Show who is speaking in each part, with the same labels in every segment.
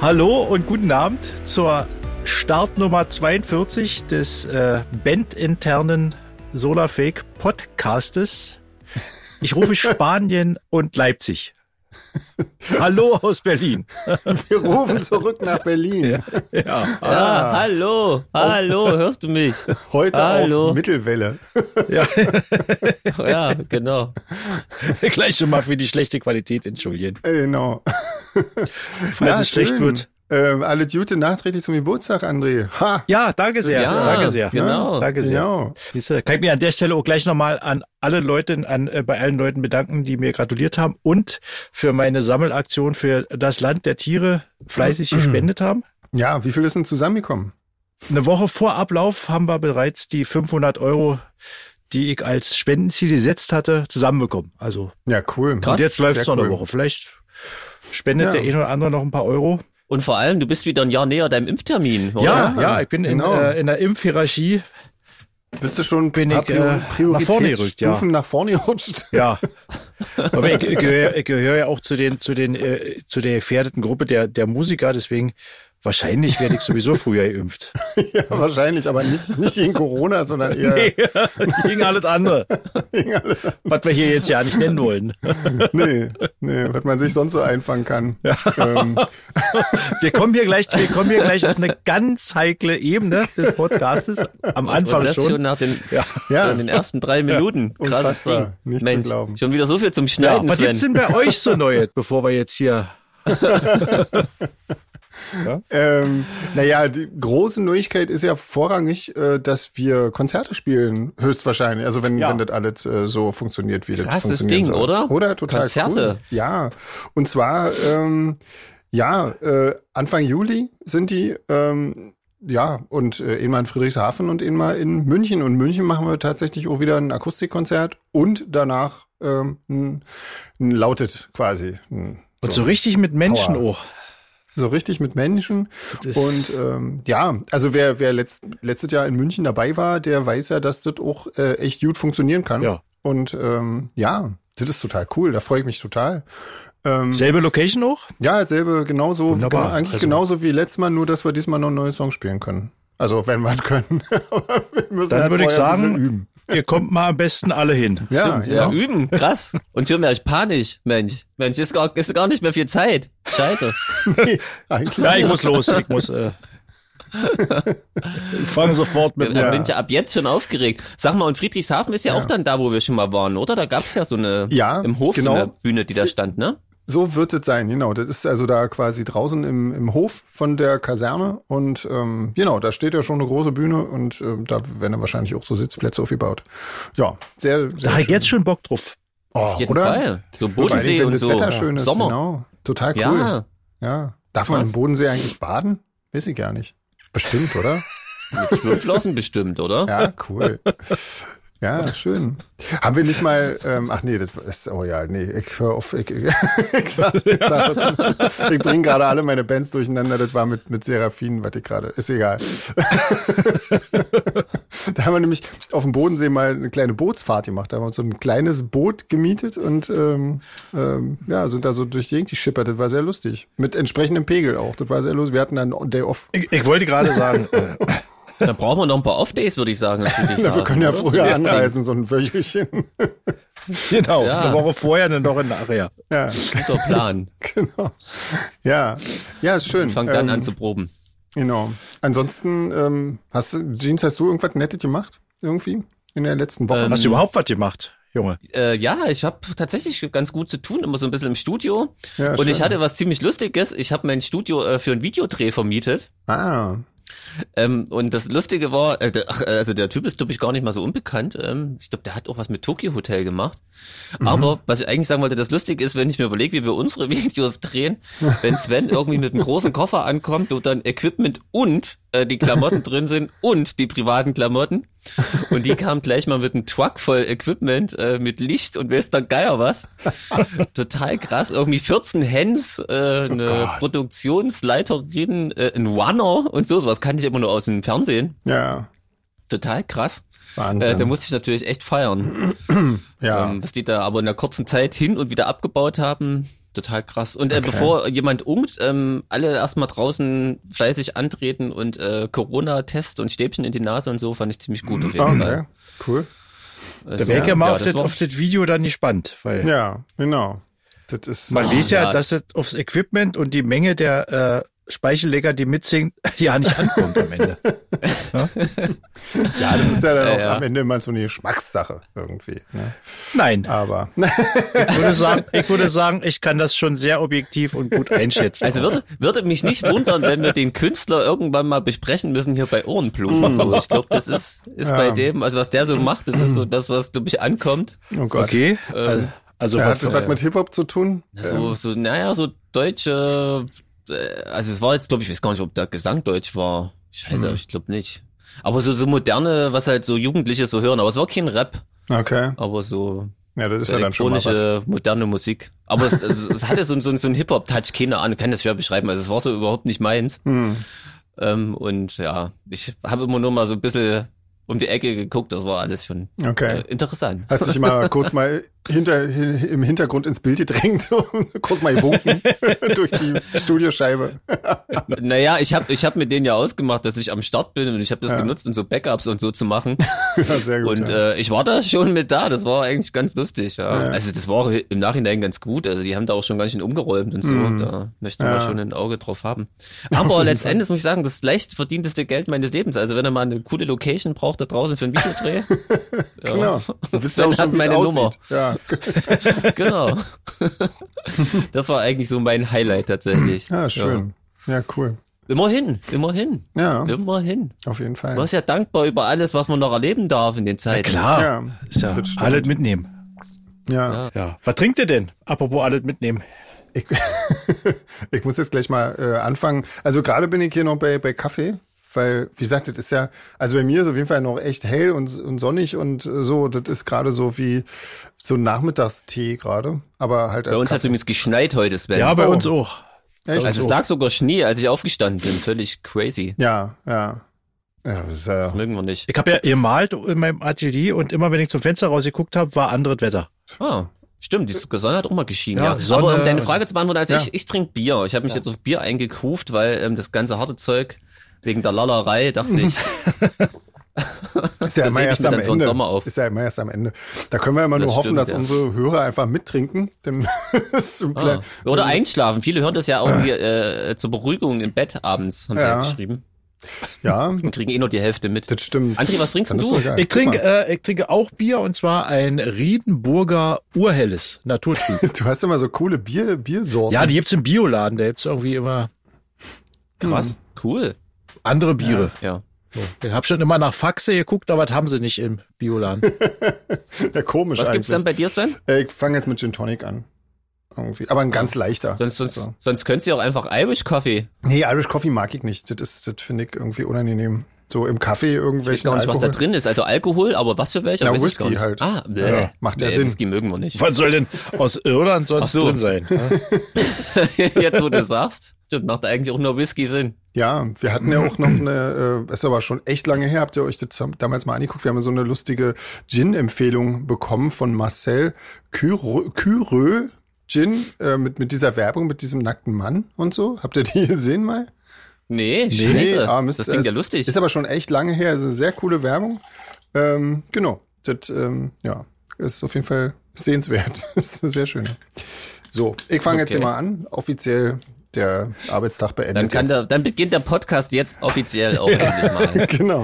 Speaker 1: Hallo und guten Abend zur Startnummer 42 des äh, bandinternen Solarfake Podcastes. Ich rufe Spanien und Leipzig. Hallo aus Berlin.
Speaker 2: Wir rufen zurück nach Berlin.
Speaker 1: Ja, ja.
Speaker 2: Ah.
Speaker 3: Ja,
Speaker 2: Oh.
Speaker 3: hallo, hallo, hörst du mich?
Speaker 2: Heute
Speaker 3: Hallo.
Speaker 2: auf Mittelwelle.
Speaker 1: ja.
Speaker 3: Ja, genau.
Speaker 1: gleich schon mal für die schlechte Qualität entschuldigen,
Speaker 2: Äh, Genau.
Speaker 1: falls
Speaker 2: Ja,
Speaker 1: es schlecht
Speaker 2: schön.
Speaker 1: wird.
Speaker 2: Ähm, alle Jute nachträglich zum Geburtstag, André. Ha!
Speaker 1: Ja, danke sehr.
Speaker 3: Ja,
Speaker 1: danke sehr.
Speaker 3: genau.
Speaker 1: Danke sehr.
Speaker 2: Genau.
Speaker 1: Siehst du, kann ich mir an der Stelle auch gleich nochmal an alle Leute, an, äh, bei allen Leuten bedanken, die mir gratuliert haben und für meine Sammelaktion für das Land der Tiere fleißig gespendet haben.
Speaker 2: Ja, wie viel ist denn zusammengekommen?
Speaker 1: Eine Woche vor Ablauf haben wir bereits die 500 Euro, die ich als Spendenziel gesetzt hatte, zusammenbekommen. Also
Speaker 2: Ja, cool.
Speaker 3: Krass.
Speaker 1: und jetzt läuft es
Speaker 2: sehr
Speaker 1: noch eine
Speaker 2: cool.
Speaker 1: Woche. Vielleicht spendet der
Speaker 2: Ja.
Speaker 1: eine oder andere noch ein paar Euro.
Speaker 3: Und vor allem, du bist wieder ein Jahr näher deinem Impftermin, oder?
Speaker 1: Ja, ja, ich bin
Speaker 2: Genau.
Speaker 1: in, äh, in der Impfhierarchie.
Speaker 2: Bist du schon
Speaker 1: Bin ich, äh, nach vorne gerückt, ja.
Speaker 2: Stufen nach vorne gerutscht?
Speaker 1: Ja. Aber ich, ich gehöre ich gehöre ja auch zu den, zu den, äh, zu der gefährdeten Gruppe der, der Musiker, deswegen wahrscheinlich werde ich sowieso früher geimpft.
Speaker 2: Ja, wahrscheinlich, aber nicht, nicht in Corona, sondern eher.
Speaker 1: Gegen alles andere. Was wir hier jetzt ja nicht nennen wollen.
Speaker 2: Nee, nee, was man sich sonst so einfangen kann. Ähm,
Speaker 1: Wir kommen hier gleich, wir kommen hier gleich auf eine ganz heikle Ebene des Podcastes. Am
Speaker 3: Und
Speaker 1: Anfang
Speaker 3: das schon
Speaker 1: schon.
Speaker 3: nach den,
Speaker 2: Ja.
Speaker 3: in den ersten drei Minuten. Krasses Ding.
Speaker 2: Unfassbar. Nicht zu
Speaker 3: Mensch,
Speaker 2: glauben.
Speaker 3: schon wieder so viel zum
Speaker 1: Ja,
Speaker 3: Schneiden,
Speaker 1: was gibt's
Speaker 3: Sven.
Speaker 1: denn bei euch so Neues, bevor wir jetzt hier
Speaker 2: Ähm, naja, die große Neuigkeit ist ja vorrangig, äh, dass wir Konzerte spielen, höchstwahrscheinlich. Also wenn,
Speaker 1: Ja.
Speaker 2: wenn das alles äh, so funktioniert, wie das
Speaker 3: Krasses
Speaker 2: funktioniert.
Speaker 3: Ding, oder?
Speaker 2: Oder? Total
Speaker 3: Konzerte.
Speaker 2: Cool. Ja, und zwar, ähm, ja, äh, Anfang Juli sind die, ähm, ja, und äh, einmal in Friedrichshafen und einmal in München. Und München machen wir tatsächlich auch wieder ein Akustikkonzert und danach ähm, ein, ein Lautet quasi. Ein,
Speaker 1: und so richtig mit Menschen
Speaker 2: Aua.
Speaker 1: auch.
Speaker 2: so richtig mit Menschen.
Speaker 1: Das ist-
Speaker 2: Und ähm, ja, also wer, wer letzt, letztes Jahr in München dabei war, der weiß ja, dass das auch äh, echt gut funktionieren kann.
Speaker 1: Ja.
Speaker 2: Und ähm, ja, das ist total cool. Da freue ich mich total. ähm,
Speaker 1: Selbe Location auch?
Speaker 2: Ja, selbe genauso,
Speaker 1: Wunderbar.
Speaker 2: genau, eigentlich
Speaker 1: Also-
Speaker 2: genauso wie letztes Mal, nur dass wir diesmal noch neue Songs spielen können. Also wenn wir können. Aber wir müssen
Speaker 1: Dann
Speaker 2: halt
Speaker 1: würde ich
Speaker 2: vorher ein bisschen
Speaker 1: sagen,
Speaker 2: üben.
Speaker 1: ihr kommt mal am besten alle hin.
Speaker 2: Ja,
Speaker 3: Stimmt,
Speaker 2: genau.
Speaker 3: ja, üben, krass. Und schon wäre ich panisch, Mensch. Mensch, ist gar, ist gar nicht mehr viel Zeit. Scheiße.
Speaker 2: Eigentlich
Speaker 1: Ja, ich muss los. Ich muss. Äh, ich fange sofort mit.
Speaker 3: Da bin ich ja ab jetzt schon aufgeregt. Sag mal, und Friedrichshafen ist ja, auch dann da, wo wir schon mal waren, oder? Da gab's ja so eine,
Speaker 2: Ja,
Speaker 3: im Hof
Speaker 2: genau.
Speaker 3: so eine Bühne, die da stand, ne?
Speaker 2: So wird es sein, genau. Das ist also da quasi draußen im, im Hof von der Kaserne und ähm, genau, da steht ja schon eine große Bühne und ähm, da werden dann wahrscheinlich auch so Sitzplätze aufgebaut. Ja, sehr, sehr
Speaker 1: Da habe ich
Speaker 2: schön.
Speaker 1: jetzt schon Bock drauf.
Speaker 2: Oh,
Speaker 3: Auf jeden
Speaker 2: oder?
Speaker 3: Fall. So
Speaker 2: Vor allem,
Speaker 3: Bodensee
Speaker 2: wenn
Speaker 3: und
Speaker 2: das
Speaker 3: so.
Speaker 2: Wetter schön ist,
Speaker 3: Sommer.
Speaker 2: Genau. Total cool.
Speaker 3: Ja.
Speaker 2: Ja. Darf man
Speaker 3: Krass.
Speaker 2: im Bodensee eigentlich baden? Weiß ich gar nicht. Bestimmt, oder?
Speaker 3: Mit Schwimmflossen bestimmt, oder?
Speaker 2: Ja, cool. Ja, schön. Haben wir nicht mal, ähm, ach nee, das ist, oh ja, nee, ich höre auf, ich, ich, ich, sag, ich, sag dazu, ich bringe gerade alle meine Bands durcheinander, das war mit, mit Seraphin, was ich gerade, ist egal. da haben wir nämlich auf dem Bodensee mal eine kleine Bootsfahrt gemacht, da haben wir uns so ein kleines Boot gemietet und ähm, ähm, ja, sind da so durch die Gegend geschippert, das war sehr lustig. Mit entsprechendem Pegel auch, das war sehr lustig, wir hatten dann einen Day Off.
Speaker 1: Ich, ich wollte gerade sagen, äh,
Speaker 3: Da brauchen wir noch ein paar Off-Days, würde ich sagen. Natürlich
Speaker 2: Na, wir können ja früher
Speaker 3: Ja.
Speaker 2: anreisen, so ein Wöchelchen.
Speaker 1: genau,
Speaker 3: Ja.
Speaker 1: eine Woche vorher, eine Woche nachher.
Speaker 2: Ja.
Speaker 3: Guter Plan.
Speaker 2: Genau. Ja, ja, ist schön.
Speaker 3: Fang dann
Speaker 2: ähm,
Speaker 3: an zu proben.
Speaker 2: Genau. Ansonsten, ähm, hast du, Jeans, hast du irgendwas Nettes gemacht? Irgendwie? In der letzten Woche?
Speaker 1: Hast du überhaupt was gemacht, Junge?
Speaker 3: Äh, Ähm, ja, ich habe tatsächlich ganz gut zu tun, immer so ein bisschen im Studio.
Speaker 2: Ja,
Speaker 3: und ich
Speaker 2: schön.
Speaker 3: hatte was ziemlich Lustiges. Ich habe mein Studio äh, für einen Videodreh vermietet.
Speaker 2: Ah,
Speaker 3: Ähm, und das Lustige war, äh, der, ach, äh, also der Typ ist, glaube ich, gar nicht mal so unbekannt. Ähm, ich glaube, der hat auch was mit Tokyo Hotel gemacht. Aber was ich eigentlich sagen wollte, das Lustige ist, wenn ich mir überlege, wie wir unsere Videos drehen, wenn Sven irgendwie mit einem großen Koffer ankommt, wo dann Equipment und äh, die Klamotten drin sind und die privaten Klamotten. Und die kam gleich mal mit einem Truck voll Equipment, äh, mit Licht und weiß der Geier was. Total krass. Irgendwie 14 Hens, äh, eine
Speaker 2: Gott.
Speaker 3: Produktionsleiterin, äh, ein Runner und so. Sowas kannte ich immer nur aus dem Fernsehen.
Speaker 2: ja.
Speaker 3: Total krass.
Speaker 2: Wahnsinn.
Speaker 3: Äh, da musste ich natürlich echt feiern.
Speaker 2: ja.
Speaker 3: Ähm, was die da aber in einer kurzen Zeit hin und wieder abgebaut haben. total krass. Und äh, bevor jemand ungt, ähm, alle erstmal draußen fleißig antreten und äh, Corona-Test und Stäbchen in die Nase und so fand ich ziemlich gut auf
Speaker 2: Okay,
Speaker 3: jeden Fall.
Speaker 2: cool.
Speaker 3: Also,
Speaker 1: Da wäre ich ja mal auf,
Speaker 3: das
Speaker 1: das,
Speaker 3: war-
Speaker 1: auf das Video dann gespannt, weil
Speaker 2: Ja, genau. Das ist.
Speaker 1: man
Speaker 3: Oh,
Speaker 1: weiß ja,
Speaker 3: ja.
Speaker 1: dass das aufs Equipment und die Menge der äh, Speichellecker, die mitsingen, ja nicht ankommt am Ende.
Speaker 2: Ja, das ist ja dann
Speaker 3: Ja,
Speaker 2: auch
Speaker 3: ja.
Speaker 2: am Ende immer so eine Geschmackssache irgendwie. Ne?
Speaker 1: Nein,
Speaker 2: Aber
Speaker 1: ich würde, sagen, ich würde sagen, ich kann das schon sehr objektiv und gut einschätzen.
Speaker 3: Also würde, würde mich nicht wundern, wenn wir den Künstler irgendwann mal besprechen müssen hier bei Ohrenblumen. So, ich glaube, das ist, ist
Speaker 2: Ja.
Speaker 3: bei dem, also was der so macht, das ist so das, was glaube ich ankommt.
Speaker 2: oh Gott.
Speaker 1: okay,
Speaker 3: Ähm,
Speaker 1: also
Speaker 2: Ja, hat
Speaker 1: was,
Speaker 2: das was mit Hip-Hop zu tun?
Speaker 3: So, so naja, so deutsche, äh, also es war jetzt glaube ich, ich weiß gar nicht, ob der Gesang deutsch war.
Speaker 2: Hm.
Speaker 3: Scheiße, ich glaube nicht. Aber so, so moderne, was halt so Jugendliche so hören. Aber es war kein Rap,
Speaker 2: Okay.
Speaker 3: aber so
Speaker 2: Ja, das ist ja dann schon mal was.
Speaker 3: elektronische, moderne Musik. Aber es, also, es, es hatte so, ein- so, ein- so einen Hip-Hop-Touch, keine Ahnung, kann das schwer beschreiben. Also es war so überhaupt nicht meins.
Speaker 2: Hm.
Speaker 3: Ähm, und ja, ich habe immer nur mal so ein bisschen um die Ecke geguckt, das war alles schon
Speaker 2: Okay.
Speaker 3: äh, interessant.
Speaker 2: Hast dich mal kurz mal hinter, hin- im Hintergrund ins Bild gedrängt und kurz mal gewunken durch die Studioscheibe.
Speaker 3: Naja, ich habe ich hab mit denen ja ausgemacht, dass ich am Start bin und ich habe das genutzt, um so Backups und so zu machen.
Speaker 2: Ja, sehr gut.
Speaker 3: Und
Speaker 2: ja.
Speaker 3: äh, ich war da schon mit da, das war eigentlich ganz lustig. Ja. Also das war im Nachhinein ganz gut, also die haben da auch schon ganz schön umgeräumt und so, da möchte man
Speaker 2: Mhm. Ja.
Speaker 3: schon ein Auge drauf haben. Aber letzten Endes muss ich sagen, das leicht verdienteste Geld meines Lebens, also wenn ihr mal eine coole Location braucht da draußen für einen Videodreh, ja.
Speaker 2: genau. Du bist ja auch
Speaker 3: Sven hat
Speaker 2: schon wie es
Speaker 3: meine
Speaker 2: aussieht.
Speaker 3: Nummer.
Speaker 2: Ja.
Speaker 3: genau. das war eigentlich so mein Highlight tatsächlich.
Speaker 2: ja, ah, schön. Ja, cool.
Speaker 3: Ja. Immerhin, immerhin,
Speaker 2: Ja,
Speaker 3: immerhin.
Speaker 2: auf jeden Fall.
Speaker 3: Man ist ja dankbar über alles, was man noch erleben darf in den Zeiten.
Speaker 1: klar,
Speaker 2: Ja,
Speaker 1: ist ja
Speaker 2: das stimmt.
Speaker 1: alles mitnehmen.
Speaker 2: Ja.
Speaker 1: Ja, was trinkt ihr denn? Apropos alles mitnehmen.
Speaker 2: Ich, ich muss jetzt gleich mal äh, anfangen. Also gerade bin ich hier noch bei, bei Kaffee, weil, wie gesagt, das ist ja, also bei mir ist auf jeden Fall noch echt hell und, und sonnig und äh, so. Das ist gerade so wie so ein Nachmittagstee gerade, aber halt
Speaker 3: Bei
Speaker 2: als
Speaker 3: uns hat
Speaker 2: Kaffee.
Speaker 3: übrigens geschneit heute, Sven.
Speaker 1: Ja, bei
Speaker 2: Oh.
Speaker 1: uns auch.
Speaker 2: Echt?
Speaker 3: also es lag sogar Schnee, als ich aufgestanden bin. Völlig crazy.
Speaker 2: Ja, ja. Ja, das ist, äh,
Speaker 3: Das mögen wir nicht.
Speaker 1: Ich habe ja gemalt in meinem Atelier und immer wenn ich zum Fenster rausgeguckt habe, war anderes Wetter.
Speaker 3: Ah, stimmt, die Sonne hat auch mal geschienen.
Speaker 1: Ja,
Speaker 3: Ja,
Speaker 1: Sonne-
Speaker 3: Aber um deine Frage zu beantworten, also
Speaker 2: Ja.
Speaker 3: ich, ich trinke Bier. Ich habe mich jetzt auf Bier eingekruft, weil ähm, das ganze harte Zeug wegen der Lallerei dachte ich,
Speaker 2: ist ja
Speaker 3: das
Speaker 2: immer
Speaker 3: hebe ich
Speaker 2: erst
Speaker 3: mir
Speaker 2: am
Speaker 3: dann für den
Speaker 2: Ende.
Speaker 3: Sommer auf.
Speaker 2: Ist ja immer erst am Ende. Da können wir immer nur
Speaker 3: Das
Speaker 2: hoffen,
Speaker 3: stimmt,
Speaker 2: dass
Speaker 3: ja.
Speaker 2: unsere Hörer einfach mittrinken. Denn ist so ein
Speaker 3: Ah.
Speaker 2: klein-
Speaker 3: Oder einschlafen. Viele hören das ja auch hier, äh, zur Beruhigung im Bett abends, haben sie
Speaker 2: Ja.
Speaker 3: ja geschrieben.
Speaker 2: ja,
Speaker 3: Und kriegen eh nur die Hälfte mit.
Speaker 2: das stimmt.
Speaker 3: André, was trinkst
Speaker 2: Dann ist
Speaker 3: du?
Speaker 2: doch egal.
Speaker 1: Ich
Speaker 2: Guck mal.
Speaker 1: trinke, äh, ich trinke auch Bier und zwar ein Riedenburger Urhelles, Naturtrüb.
Speaker 2: Du hast immer so coole Bier, Biersorten.
Speaker 1: ja, die gibt's im Bioladen, da gibt's irgendwie immer
Speaker 3: Krass. Hm, Cool.
Speaker 1: andere Biere.
Speaker 3: Ja.
Speaker 1: Ich habe schon immer nach Faxe geguckt, aber das haben sie nicht im Bioladen.
Speaker 2: ja, komisch
Speaker 3: Was
Speaker 2: eigentlich.
Speaker 3: gibt's dann bei dir, Sven?
Speaker 2: Äh, Ich fange jetzt mit Gin Tonic an. Irgendwie. Aber ein ganz leichter.
Speaker 3: Sonst, sonst,
Speaker 2: So.
Speaker 3: sonst könntest du ja auch einfach Irish Coffee.
Speaker 2: Nee, Irish Coffee mag ich nicht. Das, ist- das finde ich irgendwie unangenehm. So im Kaffee
Speaker 3: Ich weiß
Speaker 2: irgendwelchen
Speaker 3: gar nicht, was da
Speaker 2: Alkohol.
Speaker 3: drin ist. Also Alkohol, aber was für welcher?
Speaker 2: Ja,
Speaker 3: Weiß ich
Speaker 2: Whisky
Speaker 3: gar nicht.
Speaker 2: halt.
Speaker 3: Ah, bläh.
Speaker 2: Ja, macht ja
Speaker 3: nee,
Speaker 2: Sinn.
Speaker 3: Whisky mögen wir nicht.
Speaker 1: Was soll denn aus Irland sonst
Speaker 3: Ach so.
Speaker 1: drin sein?
Speaker 3: Jetzt, wo du sagst, stimmt, macht eigentlich auch nur Whisky Sinn.
Speaker 2: Ja, wir hatten ja auch noch eine, äh, ist aber schon echt lange her, habt ihr euch das damals mal angeguckt, wir haben so eine lustige Gin-Empfehlung bekommen von Marcel Kyrö, Kyrö Gin äh, mit, mit dieser Werbung, mit diesem nackten Mann und so. Habt ihr die gesehen mal?
Speaker 3: Nee, scheiße.
Speaker 2: ah, müsst-
Speaker 3: das klingt ja
Speaker 2: es
Speaker 3: lustig.
Speaker 2: Ist aber schon echt lange her, also sehr coole Werbung. Ähm, genau, das ähm, ja, ist auf jeden Fall sehenswert. ist eine sehr schön. So, ich fange jetzt
Speaker 3: Okay.
Speaker 2: hier mal an. Offiziell der Arbeitstag beendet.
Speaker 3: dann, kann
Speaker 2: jetzt.
Speaker 3: der, dann beginnt der Podcast jetzt offiziell auch endlich mal.
Speaker 2: Genau.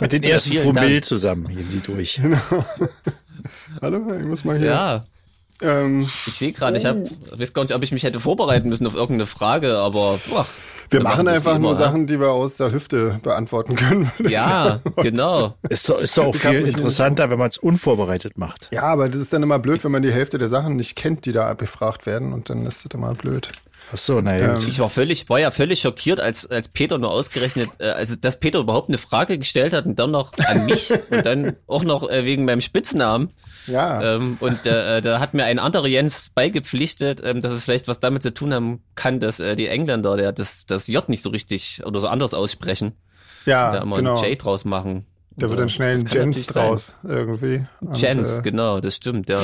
Speaker 1: Mit den ersten
Speaker 3: vielen
Speaker 1: Promille
Speaker 3: Dank.
Speaker 1: zusammen, gehen sie durch.
Speaker 2: Hallo, ich muss mal hier.
Speaker 3: Ja,
Speaker 2: Ähm,
Speaker 3: ich sehe gerade, ich hab, ich weiß gar nicht, ob ich mich hätte vorbereiten müssen auf irgendeine Frage, aber boah,
Speaker 2: wir machen
Speaker 3: das wie
Speaker 2: einfach
Speaker 3: immer,
Speaker 2: nur
Speaker 3: ja.
Speaker 2: Sachen, die wir aus der Hüfte beantworten können.
Speaker 3: ne? Ja, genau.
Speaker 1: Ist doch, ist doch auch
Speaker 2: Ich hab
Speaker 1: viel
Speaker 2: mich nicht-
Speaker 1: interessanter, wenn man es unvorbereitet macht.
Speaker 2: Ja, aber das ist dann immer blöd, wenn man die Hälfte der Sachen nicht kennt, die da befragt werden. Und dann ist das immer blöd.
Speaker 1: Ach so, naja.
Speaker 3: Ich war völlig, war ja völlig schockiert, als, als Peter nur ausgerechnet, äh, also dass Peter überhaupt eine Frage gestellt hat und dann noch an mich und dann auch noch äh, wegen meinem Spitznamen.
Speaker 2: Ja.
Speaker 3: Ähm, und äh, äh, da hat mir ein anderer Jens beigepflichtet, ähm, dass es vielleicht was damit zu tun haben kann, dass äh, die Engländer der, das, das J nicht so richtig oder so anders aussprechen, da
Speaker 2: ja,
Speaker 3: immer
Speaker 2: genau.
Speaker 3: ein J draus machen.
Speaker 2: Da wird dann schnell ein
Speaker 3: kann
Speaker 2: Jens
Speaker 3: natürlich
Speaker 2: draus irgendwie. Und,
Speaker 3: Jens,
Speaker 2: äh,
Speaker 3: genau, das stimmt, ja.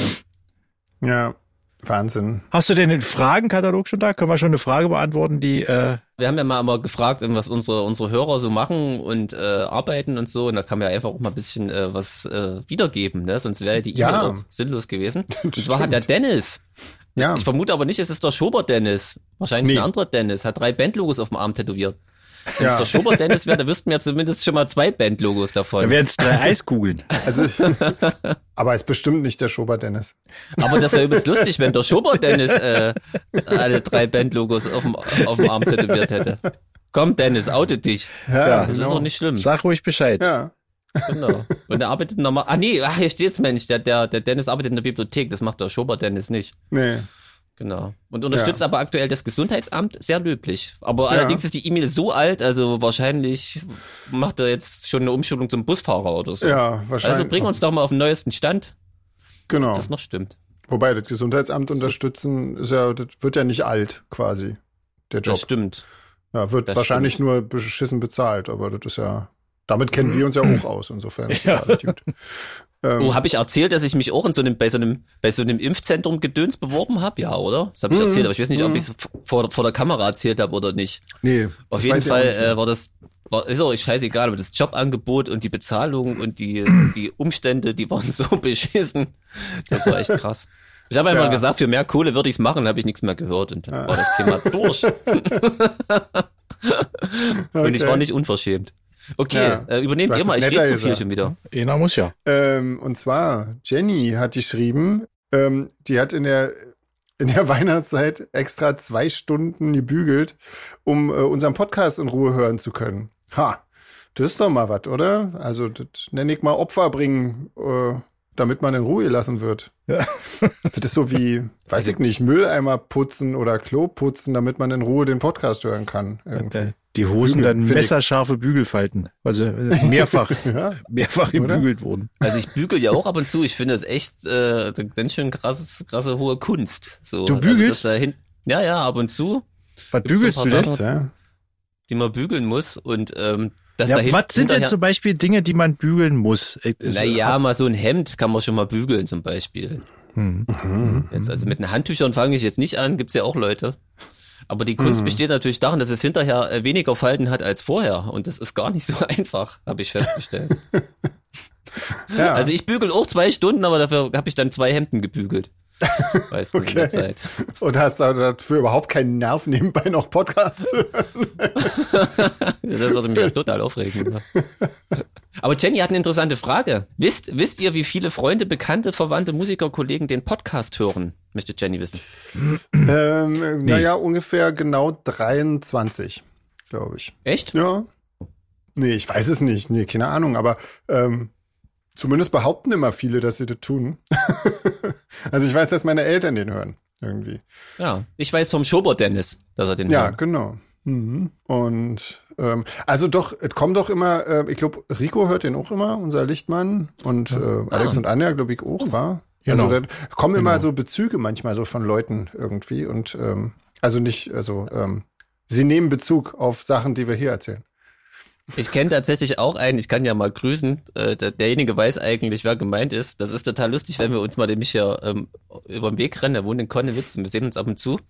Speaker 2: ja. Wahnsinn.
Speaker 1: Hast du denn den Fragenkatalog schon da? Können wir schon eine Frage beantworten, die äh,
Speaker 3: Wir haben ja mal immer gefragt, ähm, was unsere, unsere Hörer so machen und äh, arbeiten und so. Und da kann man ja einfach auch mal ein bisschen äh, was äh, wiedergeben, ne? Sonst wäre die
Speaker 2: Ja.
Speaker 3: E-Mail auch sinnlos gewesen. Und zwar hat der Dennis,
Speaker 2: Ja.
Speaker 3: ich vermute aber nicht, es ist der Schober-Dennis. Wahrscheinlich
Speaker 2: Nee.
Speaker 3: ein anderer Dennis, hat drei Bandlogos auf dem Arm tätowiert. Wenn es
Speaker 2: ja.
Speaker 3: der Schober-Dennis wäre, da wüssten wir ja zumindest schon mal zwei Bandlogos
Speaker 1: da
Speaker 3: davon.
Speaker 1: wären es drei Eiskugeln.
Speaker 2: Also, aber ist bestimmt nicht der Schober Dennis.
Speaker 3: Aber das wäre übelst lustig, wenn der Schober-Dennis äh, alle drei Bandlogos auf dem, auf dem Arm tätowiert hätte. Komm, Dennis, oute dich.
Speaker 1: Ja,
Speaker 3: Das ist
Speaker 2: genau.
Speaker 3: doch nicht schlimm.
Speaker 1: Sag ruhig Bescheid.
Speaker 2: Ja.
Speaker 3: Genau. Und er arbeitet nochmal. Ah nee, ah, hier steht's, Mensch. Der, der, der Dennis arbeitet in der Bibliothek. Das macht der Schobert Dennis nicht.
Speaker 2: Nee.
Speaker 3: Genau. Und unterstützt aber aktuell das Gesundheitsamt sehr löblich. Aber
Speaker 2: Ja.
Speaker 3: allerdings ist die E-Mail so alt, also wahrscheinlich macht er jetzt schon eine Umschulung zum Busfahrer oder so.
Speaker 2: Ja, wahrscheinlich.
Speaker 3: Also bring uns doch mal auf den neuesten Stand,
Speaker 2: Genau.
Speaker 3: das noch stimmt.
Speaker 2: Wobei das Gesundheitsamt unterstützen ist ja, das wird ja nicht alt quasi. Der
Speaker 3: Das
Speaker 2: Job.
Speaker 3: stimmt.
Speaker 2: Ja, wird
Speaker 3: das
Speaker 2: wahrscheinlich nur beschissen bezahlt, aber das ist ja. Damit kennen
Speaker 3: Mhm.
Speaker 2: wir uns ja auch aus, insofern. ist
Speaker 1: Ja.
Speaker 2: alles gut. Ähm,
Speaker 3: Oh, habe ich erzählt, dass ich mich auch in so einem, bei so einem, bei so einem Impfzentrum Gedöns beworben habe? Ja, oder? Das habe ich
Speaker 2: Mhm.
Speaker 3: erzählt, aber ich weiß nicht, ob
Speaker 2: Mhm.
Speaker 3: ich es vor, vor der Kamera erzählt habe oder nicht.
Speaker 2: nee,
Speaker 3: Auf
Speaker 2: das
Speaker 3: jeden
Speaker 2: weiß ich auch
Speaker 3: Fall
Speaker 2: nicht mehr.
Speaker 3: äh, war das, war, ist auch scheißegal, aber das Jobangebot und die Bezahlung und die, die Umstände, die waren so beschissen. Das war echt krass. Ich habe einfach
Speaker 2: Ja.
Speaker 3: gesagt, für mehr Kohle würde ich's machen, habe ich nichts mehr gehört und dann war das Thema durch. Und ich
Speaker 2: Okay.
Speaker 3: war nicht unverschämt. Okay,
Speaker 2: Ja.
Speaker 3: äh, übernehmt
Speaker 2: Du
Speaker 3: ihr
Speaker 2: hast
Speaker 3: mal, ich
Speaker 2: es
Speaker 3: rede
Speaker 2: netter
Speaker 3: zu viel
Speaker 2: gesagt.
Speaker 3: schon wieder.
Speaker 1: Einer muss ja.
Speaker 2: Ähm, und zwar, Jenny hat geschrieben, ähm, die hat in der, in der Weihnachtszeit extra zwei Stunden gebügelt, um äh, unseren Podcast in Ruhe hören zu können. Ha, das ist doch mal was, oder? Also, das nenne ich mal Opfer bringen, äh, damit man in Ruhe gelassen wird.
Speaker 1: Ja.
Speaker 2: Das ist so wie, weiß ich nicht, Mülleimer putzen oder Klo putzen, damit man in Ruhe den Podcast hören kann. Irgendwie.
Speaker 1: Äh, Die Hosen
Speaker 2: Bügel,
Speaker 1: dann
Speaker 2: finde ich.
Speaker 1: messerscharfe Bügelfalten. Also äh, mehrfach,
Speaker 2: Ja,
Speaker 1: mehrfach
Speaker 2: Oder?
Speaker 1: gebügelt wurden.
Speaker 3: Also ich bügel ja auch ab und zu, ich finde das echt äh, ganz schön krasses, krasse hohe Kunst. So,
Speaker 1: Du
Speaker 3: also
Speaker 1: bügelst?
Speaker 3: das da hin- ja, ja, ab und zu,
Speaker 1: Was
Speaker 3: Gibt's
Speaker 1: bügelst
Speaker 3: so
Speaker 1: du
Speaker 3: ein paar
Speaker 1: denn?
Speaker 3: Sachen?
Speaker 2: ja.
Speaker 3: die man bügeln muss und ähm, das da
Speaker 1: Ja,
Speaker 3: hin-
Speaker 1: was sind denn
Speaker 3: hinterher-
Speaker 1: zum Beispiel Dinge, die man bügeln muss? Ich- es-
Speaker 3: Naja, mal so ein Hemd kann man schon mal bügeln zum Beispiel.
Speaker 1: Hm.
Speaker 3: Jetzt, also mit den Handtüchern fange ich jetzt nicht an, gibt's ja auch Leute. Aber die
Speaker 1: Mhm.
Speaker 3: Kunst besteht natürlich darin, dass es hinterher äh, weniger Falten hat als vorher. Und das ist gar nicht so einfach, habe ich festgestellt.
Speaker 2: Ja.
Speaker 3: Also ich bügel auch zwei Stunden, aber dafür habe ich dann zwei Hemden gebügelt. Weißt du, in der
Speaker 2: Okay.
Speaker 3: Zeit.
Speaker 2: Und hast da dafür überhaupt keinen Nerv, nebenbei noch Podcasts zu hören.
Speaker 3: Das würde mich ja total aufregen. Ja. Aber Jenny hat eine interessante Frage. Wisst, wisst ihr, wie viele Freunde, Bekannte, Verwandte, Musiker, Kollegen den Podcast hören? Möchte Jenny wissen.
Speaker 2: Ähm, Naja, ungefähr genau 23, glaube ich.
Speaker 3: Echt?
Speaker 2: Ja. Nee, ich weiß es nicht. Nee, keine Ahnung. Aber ähm, zumindest behaupten immer viele, dass sie das tun. also ich weiß, dass meine Eltern den hören. Irgendwie.
Speaker 3: Ja. Ich weiß vom Schobert Dennis, dass er den
Speaker 2: Ja,
Speaker 3: hört.
Speaker 2: genau. Mhm. Und ähm, also doch, es kommen doch immer, äh, ich glaube, Rico hört den auch immer, unser Lichtmann. Und äh, Alex
Speaker 3: Ah.
Speaker 2: und Anja, glaube ich, auch, war.
Speaker 1: Genau.
Speaker 2: Also da kommen immer so Bezüge manchmal so von Leuten irgendwie. Und ähm, also nicht, also ähm, sie nehmen Bezug auf Sachen, die wir hier erzählen.
Speaker 3: Ich kenne tatsächlich auch einen, ich kann ja mal grüßen. Äh, der, derjenige weiß eigentlich, wer gemeint ist. Das ist total lustig, wenn wir uns mal nämlich hier ähm, über den Weg rennen. Der wohnt in Konnewitz und wir sehen uns ab und zu.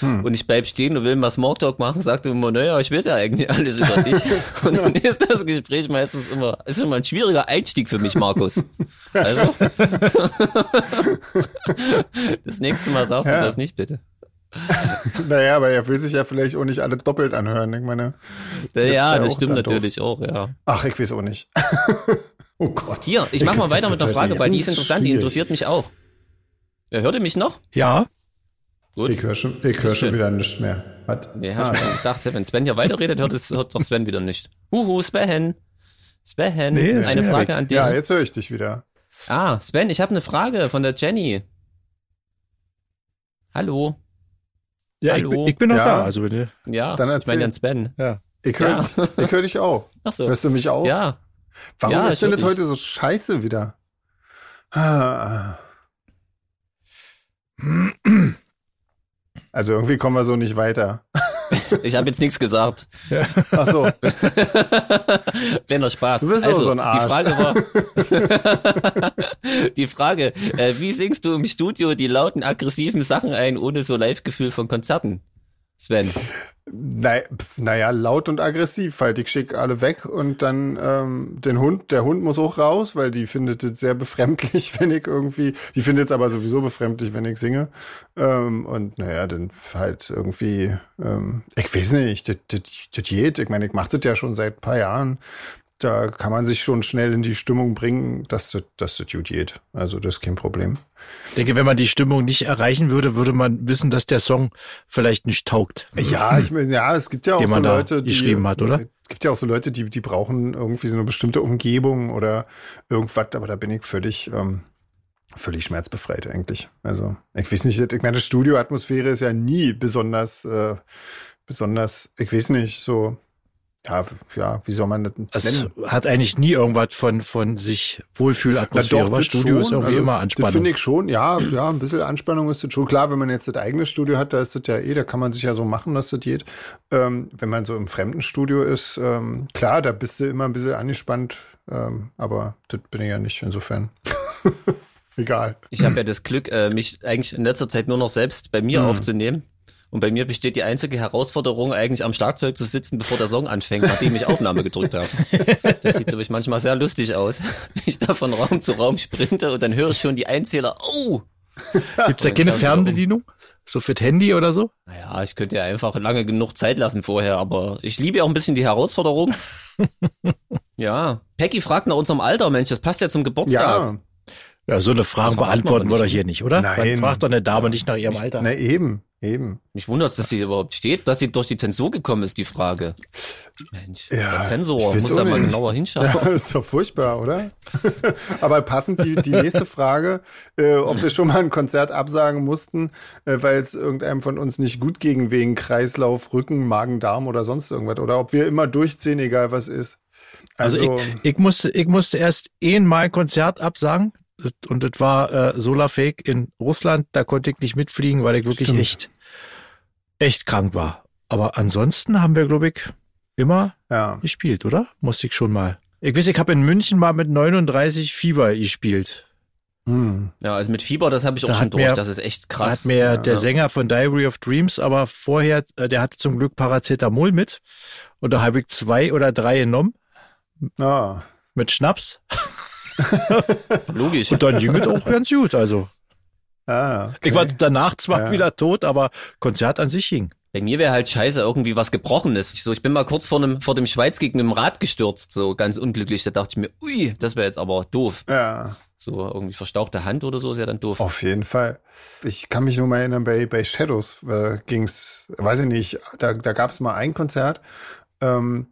Speaker 2: Hm.
Speaker 3: Und ich bleib stehen und will mal Smalltalk machen, sagt immer, naja, ich weiß ja eigentlich alles über dich. und dann ist das Gespräch meistens immer, ist immer ein schwieriger Einstieg für mich, Markus. Also, das nächste Mal sagst
Speaker 2: Ja.
Speaker 3: du das nicht, bitte.
Speaker 2: Naja, aber er will sich ja vielleicht auch nicht alle doppelt anhören. Ich meine,
Speaker 3: Ja,
Speaker 2: ja
Speaker 3: das
Speaker 2: auch
Speaker 3: stimmt
Speaker 2: dann doof.
Speaker 3: natürlich auch, ja.
Speaker 2: ach, ich weiß auch nicht. oh Gott.
Speaker 3: Hier, ich mach
Speaker 2: glaub,
Speaker 3: mal weiter
Speaker 2: das
Speaker 3: mit
Speaker 2: wird
Speaker 3: einer
Speaker 2: heute
Speaker 3: Frage, weil die
Speaker 2: ganz
Speaker 3: ist interessant, die
Speaker 2: schwierig.
Speaker 3: interessiert mich auch. Ja, hört ihr mich noch?
Speaker 1: Ja,
Speaker 3: Gut.
Speaker 2: Ich höre schon, ich hör schon wieder nichts mehr. Was? Ah,
Speaker 3: Nee, hab ich mir gedacht, wenn Sven hier weiterredet, hört, es, hört doch Sven wieder nicht. Huhu, Sven. Sven,
Speaker 1: Nee, ist
Speaker 3: eine
Speaker 1: schon
Speaker 3: Frage
Speaker 1: weg.
Speaker 3: an dich.
Speaker 2: Ja, jetzt höre ich dich wieder.
Speaker 3: ah, Sven, ich habe eine Frage von der Jenny. Hallo.
Speaker 1: ja ich,
Speaker 3: Hallo.
Speaker 1: bin- ich bin noch
Speaker 2: Ja.
Speaker 1: da. Also bitte.
Speaker 3: Ja,
Speaker 2: Dann
Speaker 3: ich meine
Speaker 2: erzähl.
Speaker 3: den Sven.
Speaker 1: Ja.
Speaker 2: Ich höre
Speaker 3: Ja.
Speaker 2: ich hör dich auch.
Speaker 3: Ach so.
Speaker 2: Hörst du mich auch?
Speaker 3: Ja,
Speaker 2: Warum
Speaker 3: Ja, ich
Speaker 2: ist denn
Speaker 3: hör
Speaker 2: das
Speaker 3: dich.
Speaker 2: heute so scheiße wieder? Ah. Also irgendwie kommen wir so nicht weiter.
Speaker 3: Ich habe jetzt nichts gesagt.
Speaker 2: Ach so.
Speaker 3: Wenn doch Spaß. Also,
Speaker 2: Du bist auch so ein Arsch.
Speaker 3: Die Frage war, die Frage, äh, wie singst du im Studio die lauten, aggressiven Sachen ein, ohne so Live-Gefühl von Konzerten? Sven.
Speaker 2: Na, pf, naja, laut und aggressiv halt. Ich schicke alle weg und dann ähm, den Hund, der Hund muss auch raus, weil die findet es sehr befremdlich, wenn ich irgendwie, die findet es aber sowieso befremdlich, wenn ich singe. Ähm, und naja, dann halt irgendwie, ähm, ich weiß nicht, das- das das geht. Ich meine, ich mache das ja schon seit ein paar Jahren. Da kann man sich schon schnell in die Stimmung bringen, dass das, dass das gut geht. Also das ist kein Problem.
Speaker 1: Ich denke, wenn man die Stimmung nicht erreichen würde, würde man wissen, dass der Song vielleicht nicht taugt.
Speaker 2: Äh, Ja, ich meine, ja, es gibt ja auch
Speaker 1: Den
Speaker 2: so
Speaker 1: man da
Speaker 2: Leute, die
Speaker 1: geschrieben hat, oder?
Speaker 2: Es gibt ja auch so Leute, die, die brauchen irgendwie so eine bestimmte Umgebung oder irgendwas, aber da bin ich völlig, ähm, völlig schmerzbefreit eigentlich. Also, ich weiß nicht, ich meine, Studioatmosphäre ist ja nie besonders, äh, besonders, ich weiß nicht, so, ja, ja, wie soll man das nennen?
Speaker 1: Es hat eigentlich nie irgendwas von, von sich Wohlfühlatmosphäre. aber
Speaker 2: das
Speaker 1: Studio ist irgendwie
Speaker 2: Also,
Speaker 1: immer
Speaker 2: Das finde
Speaker 1: Anspannung.
Speaker 2: ich schon, ja, ja, ein bisschen Anspannung ist das schon. Klar, wenn man jetzt das eigene Studio hat, da ist das ja eh, da kann man sich ja so machen, dass das geht. Ähm, wenn man so im fremden Studio ist, ähm, klar, da bist du immer ein bisschen angespannt, ähm, aber das bin ich ja nicht, insofern. Egal.
Speaker 3: Ich habe ja das Glück, äh, mich eigentlich in letzter Zeit nur noch selbst bei mir aufzunehmen. Und bei mir besteht die einzige Herausforderung, eigentlich am Schlagzeug zu sitzen, bevor der Song anfängt, nachdem ich Aufnahme gedrückt habe. Das sieht, glaube ich, manchmal sehr lustig aus. wenn Ich da von Raum zu Raum sprinte und dann höre ich schon die Einzähler. Oh!
Speaker 1: Gibt es da keine
Speaker 2: genau.
Speaker 1: Fernbedienung? So fürs Handy oder so?
Speaker 3: Naja, ich könnte ja einfach lange genug Zeit lassen vorher, aber ich liebe ja auch ein bisschen die Herausforderung. Ja. Peggy fragt nach unserem Alter, Mensch, das passt ja zum Geburtstag.
Speaker 2: Ja,
Speaker 1: Ja, so eine Frage
Speaker 3: Das verraten
Speaker 1: beantworten
Speaker 3: wir
Speaker 1: wir
Speaker 3: nicht.
Speaker 1: doch hier nicht, oder?
Speaker 2: Nein.
Speaker 1: Man fragt doch eine Dame nicht nach ihrem Alter.
Speaker 2: na eben, eben.
Speaker 3: Mich wundert's, dass sie überhaupt steht, dass sie durch die Zensur gekommen ist, die Frage. Mensch,
Speaker 2: Ja,
Speaker 3: der
Speaker 2: ich
Speaker 3: Zensor
Speaker 2: weiß
Speaker 3: muss
Speaker 2: auch
Speaker 3: da mal
Speaker 2: nicht.
Speaker 3: genauer hinschauen.
Speaker 2: Ja, ist doch furchtbar, oder? Aber passend die, die nächste Frage, äh, ob wir schon mal ein Konzert absagen mussten, äh, weil es irgendeinem von uns nicht gut ging wegen Kreislauf, Rücken, Magen, Darm oder sonst irgendwas. Oder ob wir immer durchziehen, egal was ist.
Speaker 1: Also,
Speaker 2: Also,
Speaker 1: ich, ich, musste, ich musste erst einmal ein Konzert absagen. Das- Und das war äh, Solarfake in Russland. Da konnte ich nicht mitfliegen, weil ich wirklich
Speaker 2: Stimmt.
Speaker 1: echt, echt krank war. Aber ansonsten haben wir, glaube ich, immer
Speaker 2: ja.
Speaker 1: gespielt, oder? Musste ich schon mal. Ich weiß, ich habe in München mal mit 39 Fieber gespielt.
Speaker 2: Hm.
Speaker 3: Ja, also mit Fieber, das habe ich
Speaker 1: Da
Speaker 3: auch schon
Speaker 1: hat
Speaker 3: durch.
Speaker 1: mir-
Speaker 3: das ist echt
Speaker 1: Da hat
Speaker 3: krass.
Speaker 1: mir
Speaker 2: Ja.
Speaker 1: der Sänger von Diary of Dreams, aber vorher, äh, der hatte zum Glück Paracetamol mit. Und da habe ich zwei oder drei genommen
Speaker 2: Ah.
Speaker 1: mit Schnaps.
Speaker 3: Logisch.
Speaker 1: Und dann ging es auch ganz gut. Also
Speaker 2: Ah, okay.
Speaker 1: ich war danach zwar
Speaker 2: Ja.
Speaker 1: wieder tot, aber Konzert an sich ging.
Speaker 3: Bei mir wäre halt scheiße, irgendwie was gebrochen ist. Ich, so, ich bin mal kurz vor dem, vor dem Schweiz gegen dem Rad gestürzt, so ganz unglücklich. Da dachte ich mir, ui, das wäre jetzt aber doof.
Speaker 2: ja.
Speaker 3: So irgendwie verstauchte Hand oder so ist ja dann doof.
Speaker 2: Auf jeden Fall. Ich kann mich nur mal erinnern, bei, bei Shadows äh, ging's, weiß ich nicht, da, da gab es mal ein Konzert. Ähm,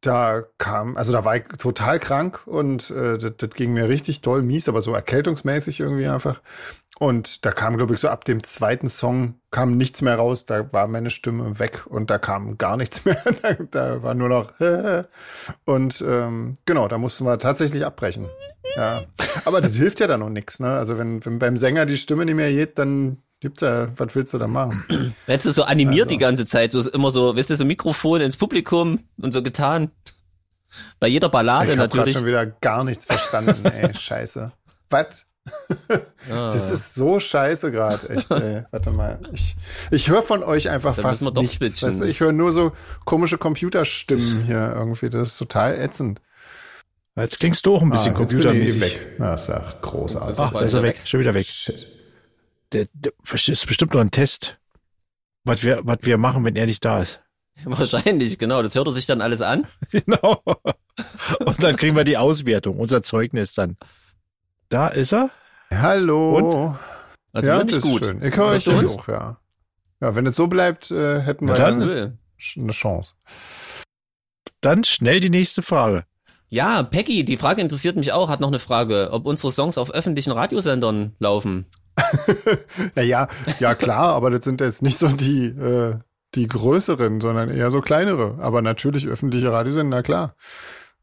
Speaker 2: da kam, also da war ich total krank und äh, das, das ging mir richtig doll mies, aber so erkältungsmäßig irgendwie einfach. Und da kam, glaube ich, so ab dem zweiten Song kam nichts mehr raus. Da war meine Stimme weg und da kam gar nichts mehr. da, da war nur noch. Und ähm, genau, da mussten wir tatsächlich abbrechen. Ja. Aber das hilft ja dann noch nichts, ne? Also wenn, wenn beim Sänger die Stimme nicht mehr geht, dann gibt's ja, was willst du da machen?
Speaker 3: Jetzt ist so animiert
Speaker 2: Also.
Speaker 3: die ganze Zeit, so ist immer so, wisst ihr, so Mikrofon ins Publikum und so getan. Bei jeder Ballade
Speaker 2: ich habe gerade
Speaker 3: natürlich.
Speaker 2: schon wieder gar nichts verstanden, ey. Scheiße. Was?
Speaker 3: Ah.
Speaker 1: Äh.
Speaker 2: Das ist so scheiße gerade, echt, ey. Warte mal. Ich, ich höre von euch einfach
Speaker 3: Da
Speaker 2: fast
Speaker 3: müssen wir doch
Speaker 2: nichts.
Speaker 3: switchen.
Speaker 2: Weißt du? Ich höre nur so komische Computerstimmen hier irgendwie. Das ist total ätzend.
Speaker 1: Jetzt klingst du auch ein bisschen
Speaker 2: Ah, jetzt bin ich
Speaker 1: computermäßig.
Speaker 2: weg. Na, ist ja großartig.
Speaker 1: Ach, da ist er
Speaker 3: Wieder
Speaker 1: weg. Schon wieder weg.
Speaker 2: Shit.
Speaker 1: Der, der das ist bestimmt noch ein Test, was wir, was wir machen, wenn er nicht da ist.
Speaker 3: Wahrscheinlich, genau. Das hört er sich dann alles an.
Speaker 1: Genau. Und dann kriegen wir die Auswertung, unser Zeugnis dann. Da ist er.
Speaker 2: Hallo.
Speaker 3: Also
Speaker 2: ja,
Speaker 3: ja,
Speaker 2: das
Speaker 3: nicht
Speaker 2: ist
Speaker 3: gut.
Speaker 2: schön. Ich höre euch
Speaker 3: Hörst du uns?
Speaker 2: auch, ja. Ja, wenn es so bleibt, äh, hätten wir
Speaker 1: Na dann.
Speaker 2: eine,
Speaker 3: Cool.
Speaker 2: eine Chance.
Speaker 1: Dann schnell die nächste Frage.
Speaker 3: Ja, Peggy, die Frage interessiert mich auch, hat noch eine Frage, ob unsere Songs auf öffentlichen Radiosendern laufen.
Speaker 2: Naja, ja klar, aber das sind jetzt nicht so die, äh, die größeren, sondern eher so kleinere. Aber natürlich öffentliche Radiosender, na klar.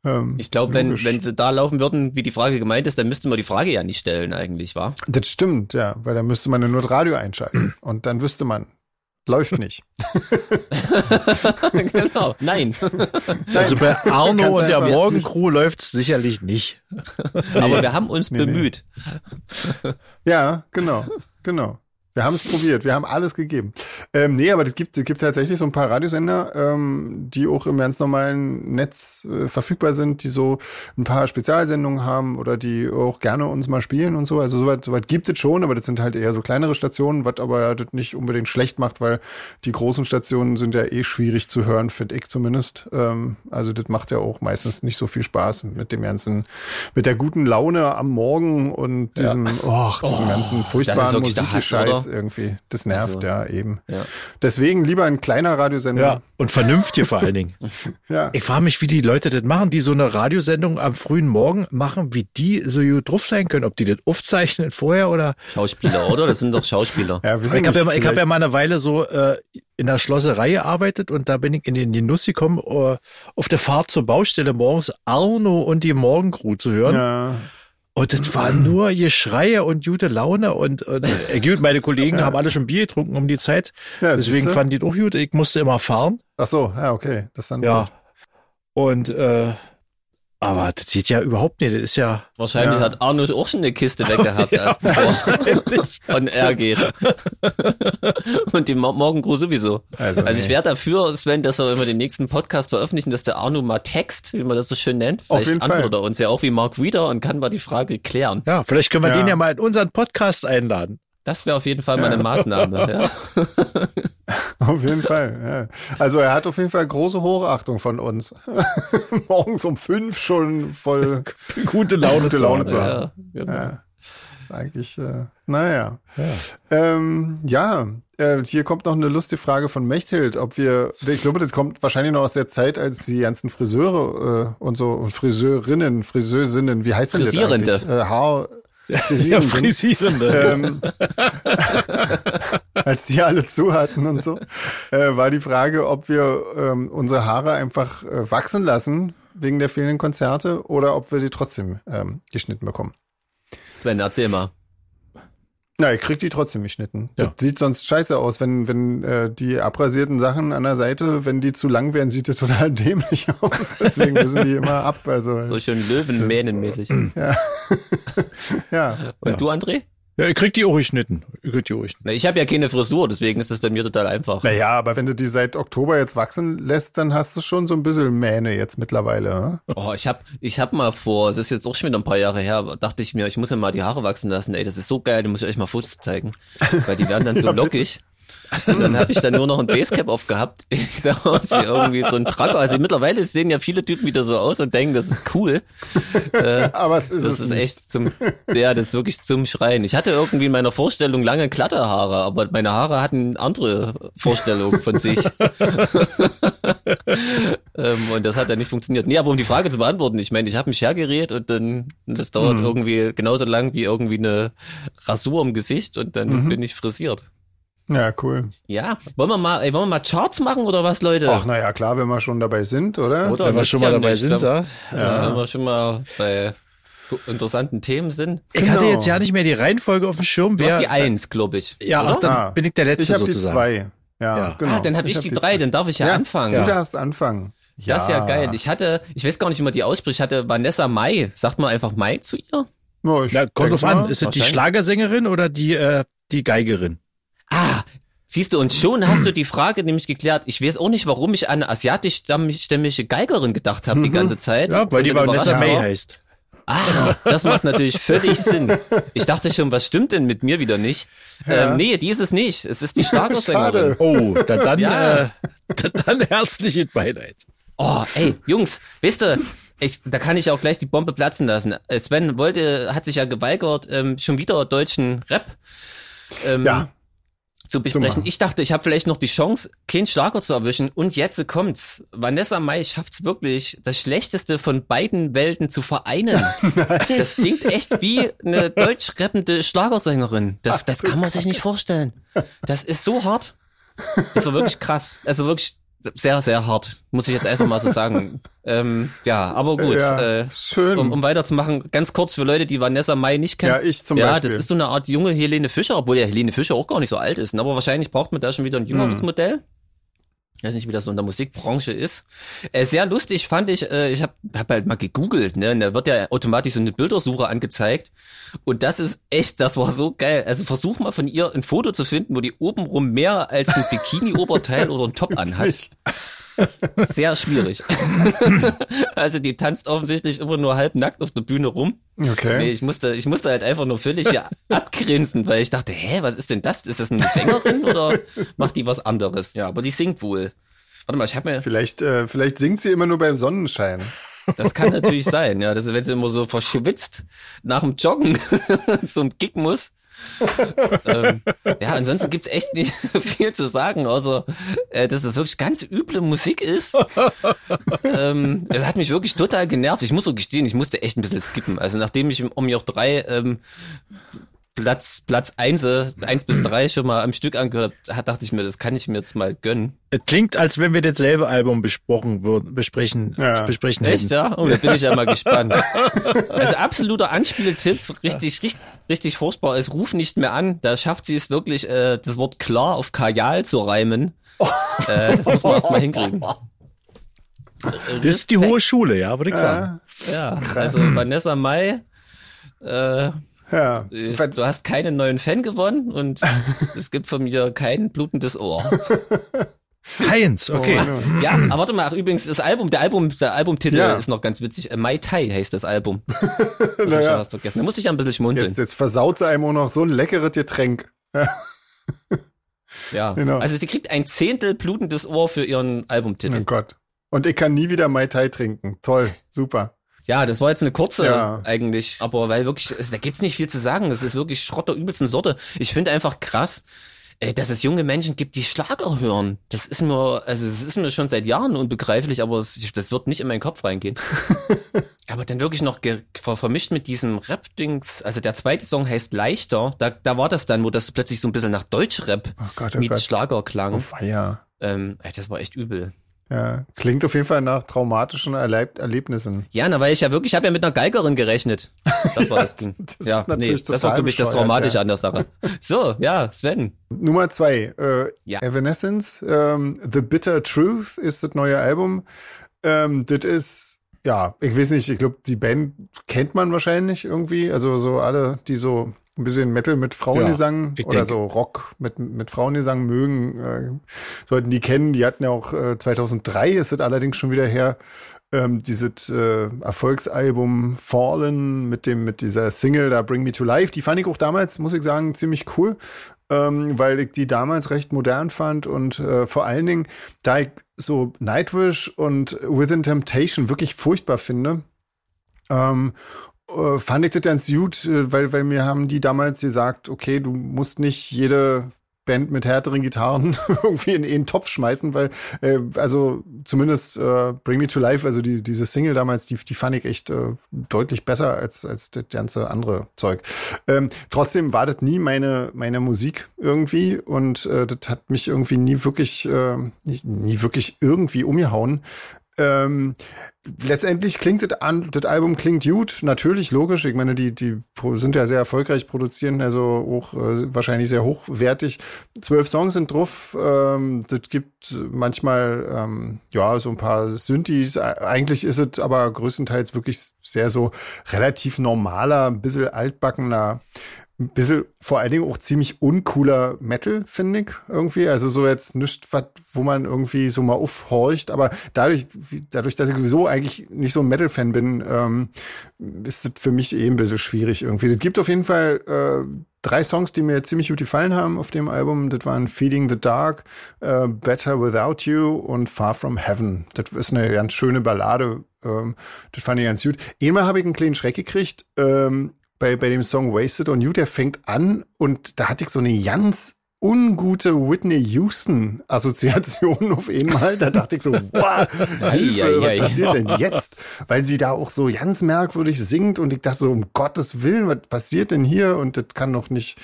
Speaker 2: Ähm,
Speaker 3: Ich glaube, wenn,
Speaker 2: Logisch.
Speaker 3: wenn sie da laufen würden, wie die Frage gemeint ist, dann müssten wir die Frage ja nicht stellen eigentlich, wa?
Speaker 2: das stimmt, ja, weil dann müsste man ja nur das Radio einschalten und dann wüsste man, Läuft nicht.
Speaker 3: genau. Nein.
Speaker 1: Also bei Arno
Speaker 2: Ganz
Speaker 1: und der
Speaker 2: einfach.
Speaker 1: Morgencrew läuft's sicherlich nicht.
Speaker 3: Aber wir haben uns
Speaker 2: nee.
Speaker 3: bemüht.
Speaker 2: Ja, genau, genau. Wir haben es probiert, wir haben alles gegeben. Ähm, nee, aber es gibt, es gibt tatsächlich so ein paar Radiosender, ähm, die auch im ganz normalen Netz äh, verfügbar sind, die so ein paar Spezialsendungen haben oder die auch gerne uns mal spielen und so. Also soweit soweit gibt es schon, aber das sind halt eher so kleinere Stationen, was aber das nicht unbedingt schlecht macht, weil die großen Stationen sind ja eh schwierig zu hören, finde ich zumindest. Ähm, also das macht ja auch meistens nicht so viel Spaß mit dem ganzen, mit der guten Laune am Morgen und diesem, och, diesen ganzen
Speaker 3: Oh, das ist
Speaker 2: furchtbaren
Speaker 3: wirklich der Hass,
Speaker 2: Musikscheiß
Speaker 3: oder?
Speaker 2: irgendwie. Das nervt,
Speaker 3: Also,
Speaker 2: ja, eben.
Speaker 3: ja.
Speaker 2: Deswegen lieber ein kleiner
Speaker 1: Ja.
Speaker 2: Radiosender.
Speaker 1: Und vernünftig vor allen Dingen.
Speaker 2: Ja.
Speaker 1: Ich frage mich, wie die Leute das machen, die so eine Radiosendung am frühen Morgen machen, wie die so gut drauf sein können, ob die das aufzeichnen vorher oder.
Speaker 3: Schauspieler, oder? Das sind doch Schauspieler.
Speaker 2: Ja, wissen
Speaker 1: Ich habe
Speaker 2: nicht,
Speaker 1: ja, mal- ich hab
Speaker 2: vielleicht-
Speaker 1: ja mal eine Weile so äh, in der Schlosserei gearbeitet und da bin ich in den Genuss gekommen, äh, auf der Fahrt zur Baustelle morgens Arno und die Morgencrew zu hören.
Speaker 2: ja.
Speaker 1: Und das war nur Geschreie und gute Laune und, und äh, gut, meine Kollegen haben alle schon Bier getrunken um die Zeit.
Speaker 2: Ja,
Speaker 1: Deswegen
Speaker 2: siehste.
Speaker 1: fanden die das auch gut. Ich musste immer fahren.
Speaker 2: Ach so, ja, okay. Das dann
Speaker 1: Ja. Und äh, aber das sieht ja überhaupt nicht. Das ist ja
Speaker 3: Wahrscheinlich
Speaker 2: Ja.
Speaker 3: hat Arno auch schon eine Kiste weggehabt, erst bevor on air geht. Und die Mo- Morgengruß sowieso.
Speaker 2: Also,
Speaker 3: Also ich
Speaker 2: nee.
Speaker 3: wäre dafür, Sven, dass wir immer den nächsten Podcast veröffentlichen, dass der Arno mal text, wie man das so schön nennt. Vielleicht
Speaker 2: jeden Fall.
Speaker 3: antwortet er uns ja auch wie Mark wieder und kann mal die Frage klären.
Speaker 1: ja. Vielleicht können wir
Speaker 2: Ja.
Speaker 1: den ja mal in unseren Podcast einladen.
Speaker 3: Das wäre auf jeden Fall meine Maßnahme. Ja.
Speaker 2: Auf jeden Fall. Ja. Also er hat auf jeden Fall große Hochachtung von uns. Morgens um fünf schon voll
Speaker 1: Gute Laune,
Speaker 2: Gute
Speaker 1: zu
Speaker 2: Laune
Speaker 1: haben.
Speaker 2: zu haben.
Speaker 3: Ja, genau.
Speaker 2: Ja, ist eigentlich, äh, naja. Ähm, ja, äh, hier kommt noch eine lustige Frage von Mechthild, ob wir, ich glaube, das kommt wahrscheinlich noch aus der Zeit, als die ganzen Friseure äh, und so, und Friseurinnen, Friseursinnen, wie heißt denn das
Speaker 3: Frisierende.
Speaker 2: eigentlich? Äh, Haar,
Speaker 1: Ja, ne?
Speaker 2: Frisierende.
Speaker 1: Frisierende.
Speaker 2: ähm, als die alle zu hatten und so, äh, war die Frage, ob wir ähm, unsere Haare einfach äh, wachsen lassen wegen der fehlenden Konzerte oder ob wir die trotzdem ähm, geschnitten bekommen.
Speaker 3: Sven, erzähl mal.
Speaker 2: Na, ihr kriegt die trotzdem geschnitten.
Speaker 1: Ja.
Speaker 2: Das sieht sonst scheiße aus, wenn, wenn äh, die abrasierten Sachen an der Seite, wenn die zu lang werden, sieht das total dämlich aus. Deswegen müssen die immer ab. Also,
Speaker 3: So schön Löwenmähnenmäßig. Und
Speaker 2: ja.
Speaker 3: du, André?
Speaker 1: ja, ihr kriegt die auch geschnitten. Ihr kriegt die auch geschnitten.
Speaker 3: Na, ich habe ja keine Frisur, deswegen ist das bei mir total einfach.
Speaker 2: Naja, aber wenn du die seit Oktober jetzt wachsen lässt, dann hast du schon so ein bisschen Mähne jetzt mittlerweile. ne?
Speaker 3: Oh, ich hab, ich hab mal vor, es ist jetzt auch schon wieder ein paar Jahre her, aber dachte ich mir, ich muss ja mal die Haare wachsen lassen. Ey, das ist so geil, da muss ich euch mal Fotos zeigen. Weil die werden dann so lockig. Und dann habe ich dann nur noch ein Basecap aufgehabt. Ich sah aus wie irgendwie so ein Trucker. Also mittlerweile sehen ja viele Typen wieder so aus und denken, das ist cool.
Speaker 2: Aber es ist
Speaker 3: Das
Speaker 2: es
Speaker 3: ist
Speaker 2: nicht.
Speaker 3: echt zum, ja, das ist wirklich zum Schreien. Ich hatte irgendwie in meiner Vorstellung lange glatte Haare, aber meine Haare hatten andere Vorstellungen von sich. ähm, und das hat dann nicht funktioniert. Nee, aber um die Frage zu beantworten, ich meine, ich habe mich hergerät und dann, das dauert irgendwie genauso lang wie irgendwie eine Rasur im Gesicht und dann bin ich frisiert.
Speaker 2: Ja, cool.
Speaker 3: Ja, wollen wir mal, ey, wollen wir mal Charts machen oder was, Leute?
Speaker 2: Ach, naja, klar, wenn wir schon dabei sind, oder?
Speaker 3: Oder?
Speaker 1: Wenn wir
Speaker 3: nützt
Speaker 1: schon mal
Speaker 3: ja
Speaker 1: dabei
Speaker 3: nicht,
Speaker 1: sind,
Speaker 3: glaub-
Speaker 1: ja.
Speaker 3: ja. Wenn wir schon mal bei interessanten Themen sind.
Speaker 1: Ich hatte
Speaker 2: Genau.
Speaker 1: jetzt ja nicht mehr die Reihenfolge auf dem Schirm.
Speaker 3: Du hast
Speaker 1: Wer,
Speaker 3: die Eins, glaube ich.
Speaker 1: ja,
Speaker 3: oder?
Speaker 1: ach, dann
Speaker 2: Ah.
Speaker 1: bin ich der
Speaker 2: Ich
Speaker 1: Letzte
Speaker 2: habe die
Speaker 1: sozusagen.
Speaker 2: zwei. Ja,
Speaker 1: Ja.
Speaker 2: genau.
Speaker 3: Ah, dann habe ich,
Speaker 2: hab
Speaker 3: die drei, dann darf ich ja, anfangen.
Speaker 2: Du
Speaker 1: Ja.
Speaker 2: darfst anfangen.
Speaker 3: Das ist ja geil. Ich hatte, ich weiß gar nicht, wie man die ausspricht, ich hatte Vanessa Mai. Sagt man einfach Mai zu ihr?
Speaker 2: Ja, ich
Speaker 1: Na, kommt
Speaker 2: denk
Speaker 1: drauf an.
Speaker 2: mal.
Speaker 1: Ist es die
Speaker 3: wahrscheinlich.
Speaker 1: Schlagersängerin oder die, äh, die Geigerin?
Speaker 3: Ah, siehst du, und schon hast du die Frage nämlich geklärt. Ich weiß auch nicht, warum ich an eine asiatisch-stämmige Geigerin gedacht habe die ganze Zeit.
Speaker 1: Mhm. Ja, weil
Speaker 3: Und
Speaker 1: die
Speaker 3: dann
Speaker 1: Vanessa halt. Genau.
Speaker 3: überrascht
Speaker 1: May
Speaker 3: war.
Speaker 1: heißt.
Speaker 3: Ah, das macht natürlich völlig Sinn. Ich dachte schon, was stimmt denn mit mir wieder nicht? Ähm, nee, die ist es nicht. Es ist die Schlagersängerin.
Speaker 2: Schade.
Speaker 1: Oh, dann, dann,
Speaker 3: Ja.
Speaker 1: äh, dann, dann herzlichen Beileid.
Speaker 3: Oh, ey, Jungs, wisst ihr, ich, da kann ich auch gleich die Bombe platzen lassen. Äh, Sven wollte, hat sich ja geweigert, ähm, schon wieder deutschen Rap ähm,
Speaker 2: Ja,
Speaker 3: zu besprechen.
Speaker 2: machen.
Speaker 3: Ich dachte, ich habe vielleicht noch die Chance, keinen Schlager zu erwischen. Und jetzt kommt's. Vanessa Mai schafft's wirklich, das Schlechteste von beiden Welten zu vereinen. das klingt echt wie eine deutsch rappende Schlagersängerin. Das, das kann man sich nicht vorstellen. Das ist so hart. Das war wirklich krass. Also wirklich sehr, sehr hart, muss ich jetzt einfach mal so sagen. ähm, ja, aber gut.
Speaker 2: Ja,
Speaker 3: äh,
Speaker 2: schön.
Speaker 3: um, um weiterzumachen, ganz kurz für Leute, die Vanessa Mai nicht kennen.
Speaker 2: Ja, ich zum
Speaker 3: ja,
Speaker 2: Beispiel.
Speaker 3: das ist so eine Art junge Helene Fischer, obwohl ja Helene Fischer auch gar nicht so alt ist. ne? Aber wahrscheinlich braucht man da schon wieder ein jüngeres
Speaker 2: Hm.
Speaker 3: Modell. Ich weiß nicht, wie das so in der Musikbranche ist. Äh, sehr lustig fand ich, äh, ich habe hab halt mal gegoogelt, ne? Und da wird ja automatisch so eine Bildersuche angezeigt. Und das ist echt, das war so geil. Also versuch mal von ihr ein Foto zu finden, wo die obenrum mehr als ein Bikini-Oberteil oder ein Top anhat. Sehr schwierig. also die tanzt offensichtlich immer nur halbnackt auf der Bühne rum. Nee,
Speaker 2: Okay.
Speaker 3: ich musste, ich musste halt einfach nur völlig hier abgrinsen, weil ich dachte, hä, was ist denn das? Ist das eine Sängerin oder macht die was anderes? Ja, aber die singt wohl. Warte mal, ich habe mir,
Speaker 2: Vielleicht, äh, vielleicht singt sie immer nur beim Sonnenschein.
Speaker 3: das kann natürlich sein, ja, dass wenn sie immer so verschwitzt nach dem Joggen zum Kick muss. ähm, ja, ansonsten gibt's echt nicht viel zu sagen, außer äh, dass es wirklich ganz üble Musik ist. ähm, es hat mich wirklich total genervt. Ich muss so gestehen, ich musste echt ein bisschen skippen. Also nachdem ich im Omniop 3 ähm, Platz Platz 1, 1 bis 3 schon mal am Stück angehört habe, dachte ich mir, das kann ich mir jetzt mal gönnen.
Speaker 1: Es klingt, als wenn wir dasselbe Album besprochen würden, besprechen,
Speaker 2: Ja.
Speaker 1: zu besprechen
Speaker 3: Echt,
Speaker 1: hätten.
Speaker 3: ja? Oh, da bin ich ja mal gespannt. Also absoluter Anspieltipp, richtig, richtig, richtig furchtbar ist, ruf nicht mehr an. Da schafft sie es wirklich, äh, das Wort klar auf Kajal zu reimen. Äh, das muss man erst mal hinkriegen.
Speaker 1: Das ist die hohe Schule, ja, würde ich sagen.
Speaker 2: Ja.
Speaker 3: Ja, also Vanessa Mai, äh,
Speaker 2: ja.
Speaker 3: äh,
Speaker 2: Was-
Speaker 3: du hast keinen neuen Fan gewonnen und es gibt von mir kein blutendes Ohr.
Speaker 1: Heinz, okay.
Speaker 3: Ja, aber warte mal, ach, übrigens, das Album, der Album, der Albumtitel
Speaker 2: Ja.
Speaker 3: ist noch ganz witzig. Äh, Mai Tai heißt das Album. Das hab ich ja
Speaker 2: Naja,
Speaker 3: fast vergessen. Da musste ich ja ein bisschen schmunzeln.
Speaker 2: jetzt, jetzt versaut sie einem auch noch so ein leckeres Getränk.
Speaker 3: Ja,
Speaker 2: Genau.
Speaker 3: also sie kriegt ein Zehntel blutendes Ohr für ihren
Speaker 2: Oh
Speaker 3: Albumtitel.
Speaker 2: Gott. Und ich kann nie wieder Mai Tai trinken. Toll, super.
Speaker 3: Ja, das war jetzt eine kurze
Speaker 2: Ja.
Speaker 3: eigentlich, aber weil wirklich, es, da gibt's nicht viel zu sagen. Das ist wirklich Schrott der übelsten Sorte. Ich finde einfach krass, äh, dass es junge Menschen gibt, die Schlager hören. Das ist mir, also es ist mir schon seit Jahren unbegreiflich, aber es, ich- das wird nicht in meinen Kopf reingehen. aber dann wirklich noch ge, ver, vermischt mit diesem Rap-Dings. Also der zweite Song heißt Leichter. Da, da war das dann, wo das plötzlich so ein bisschen nach Deutschrap
Speaker 2: Oh Gott, oh
Speaker 3: meets
Speaker 2: Gott.
Speaker 3: Schlager klang.
Speaker 2: Oh, weia.
Speaker 3: Ähm, ey, das war echt übel.
Speaker 2: Ja, klingt auf jeden Fall nach traumatischen Erleib Erlebnissen.
Speaker 3: Ja, na, weil ich ja wirklich, ich habe ja mit einer Geigerin gerechnet. Das war das Ding.
Speaker 2: das
Speaker 3: ja,
Speaker 2: ist natürlich
Speaker 3: das war
Speaker 2: total
Speaker 3: für mich das
Speaker 2: bescheuert,
Speaker 3: Traumatische
Speaker 2: ja.
Speaker 3: an der Sache. So, ja, Sven.
Speaker 2: Nummer zwei, äh,
Speaker 3: Ja.
Speaker 2: Evanescence, ähm, The Bitter Truth ist das neue Album. Ähm, das ist, ja, ich weiß nicht, ich glaube, die Band kennt man wahrscheinlich irgendwie. Also so alle, die so ein bisschen Metal mit Frauengesang
Speaker 1: ich
Speaker 2: oder
Speaker 1: denke-
Speaker 2: so Rock mit, mit Frauengesang mögen, äh, sollten die kennen. Die hatten ja auch äh, 2003, ist das allerdings schon wieder her, ähm, dieses äh, Erfolgsalbum Fallen mit dem mit dieser Single da Bring Me to Life, die fand ich auch damals, muss ich sagen, ziemlich cool, ähm, weil ich die damals recht modern fand und äh, vor allen Dingen, da ich so Nightwish und Within Temptation wirklich furchtbar finde, ähm, äh, fand ich das ganz gut, äh, weil, weil mir haben die damals gesagt, okay, du musst nicht jede Band mit härteren Gitarren irgendwie in einen Topf schmeißen, weil, äh, also zumindest äh, Bring Me to Life, also die, diese Single damals, die, die fand ich echt äh, deutlich besser als, als das ganze andere Zeug. Ähm, trotzdem war das nie meine, meine Musik irgendwie und äh, das hat mich irgendwie nie wirklich, äh, nicht, nie wirklich irgendwie umgehauen. Ähm, letztendlich klingt das, an, das Album klingt gut, natürlich, logisch. Ich meine, die, die pro- sind ja sehr erfolgreich, produzieren also auch äh, wahrscheinlich sehr hochwertig. Zwölf Songs sind drauf. Ähm, das gibt manchmal ähm, ja so ein paar Synthes. E- Eigentlich ist es aber größtenteils wirklich sehr so relativ normaler, ein bisschen altbackener ein bisschen vor allen Dingen auch ziemlich uncooler Metal, finde ich, irgendwie. Also so jetzt nichts, wat- wo man irgendwie so mal aufhorcht, aber dadurch, wie- dadurch, dass ich sowieso eigentlich nicht so ein Metal-Fan bin, ähm, ist das für mich eh ein bisschen schwierig irgendwie. Es gibt auf jeden Fall äh, drei Songs, die mir ziemlich gut gefallen haben auf dem Album. Das waren Feeding the Dark, äh, Better Without You und Far From Heaven. Das ist eine ganz schöne Ballade. Ähm, das fand ich ganz gut. Einmal habe ich einen kleinen Schreck gekriegt. Ähm, bei, bei dem Song Wasted on You, der fängt an und da hatte ich so eine ganz ungute Whitney Houston-Assoziation auf einmal. Da dachte ich so, wow, Hilfe,
Speaker 3: Ei, ei, ei.
Speaker 2: was passiert denn jetzt? Weil sie da auch so ganz merkwürdig singt und ich dachte so, um Gottes Willen, was passiert denn hier? Und das kann doch nicht.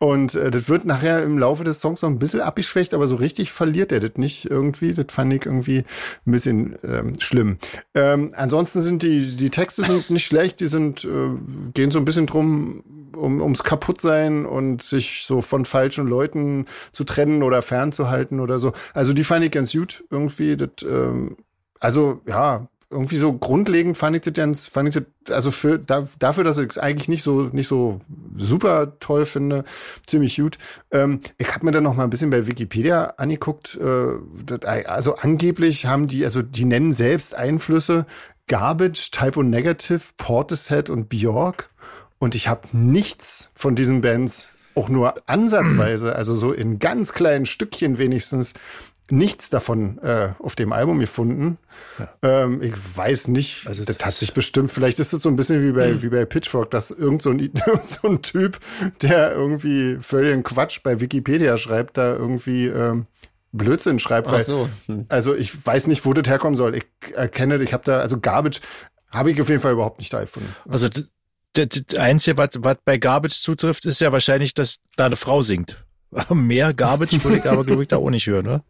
Speaker 2: Und äh, das wird nachher im Laufe des Songs noch ein bisschen abgeschwächt, aber so richtig verliert er das nicht irgendwie. Das fand ich irgendwie ein bisschen ähm, schlimm. Ähm, ansonsten sind die, die Texte sind nicht schlecht, die sind, äh, gehen so ein bisschen drum, um, ums Kaputtsein und sich so von falschen Leuten zu trennen oder fernzuhalten oder so. Also die fand ich ganz gut irgendwie. Das, ähm, also ja, irgendwie so grundlegend fand ich das ganz, fand ich das, also für, da, dafür, dass ich es eigentlich nicht so, nicht so super toll finde, ziemlich gut. Ähm, ich habe mir dann noch mal ein bisschen bei Wikipedia angeguckt, äh, das, also angeblich haben die, also die nennen selbst Einflüsse Garbage, Typo Negative, Portishead und Bjork. Und ich habe nichts von diesen Bands, auch nur ansatzweise, also so in ganz kleinen Stückchen wenigstens, nichts davon äh, auf dem Album gefunden. Ja. Ähm, ich weiß nicht, also das, das hat sich bestimmt, vielleicht ist das so ein bisschen wie bei, hm. wie bei Pitchfork, dass irgend so ein, so ein Typ, der irgendwie völligen Quatsch bei Wikipedia schreibt, da irgendwie ähm, Blödsinn schreibt. Weil,
Speaker 3: so. hm.
Speaker 2: Also ich weiß nicht, wo das herkommen soll. Ich erkenne, ich habe da, also Garbage habe ich auf jeden Fall überhaupt nicht da gefunden.
Speaker 1: Also das, das Einzige, was, was bei Garbage zutrifft, ist ja wahrscheinlich, dass da eine Frau singt. Mehr Garbage würde ich aber, glaube ich, da auch nicht hören, ne?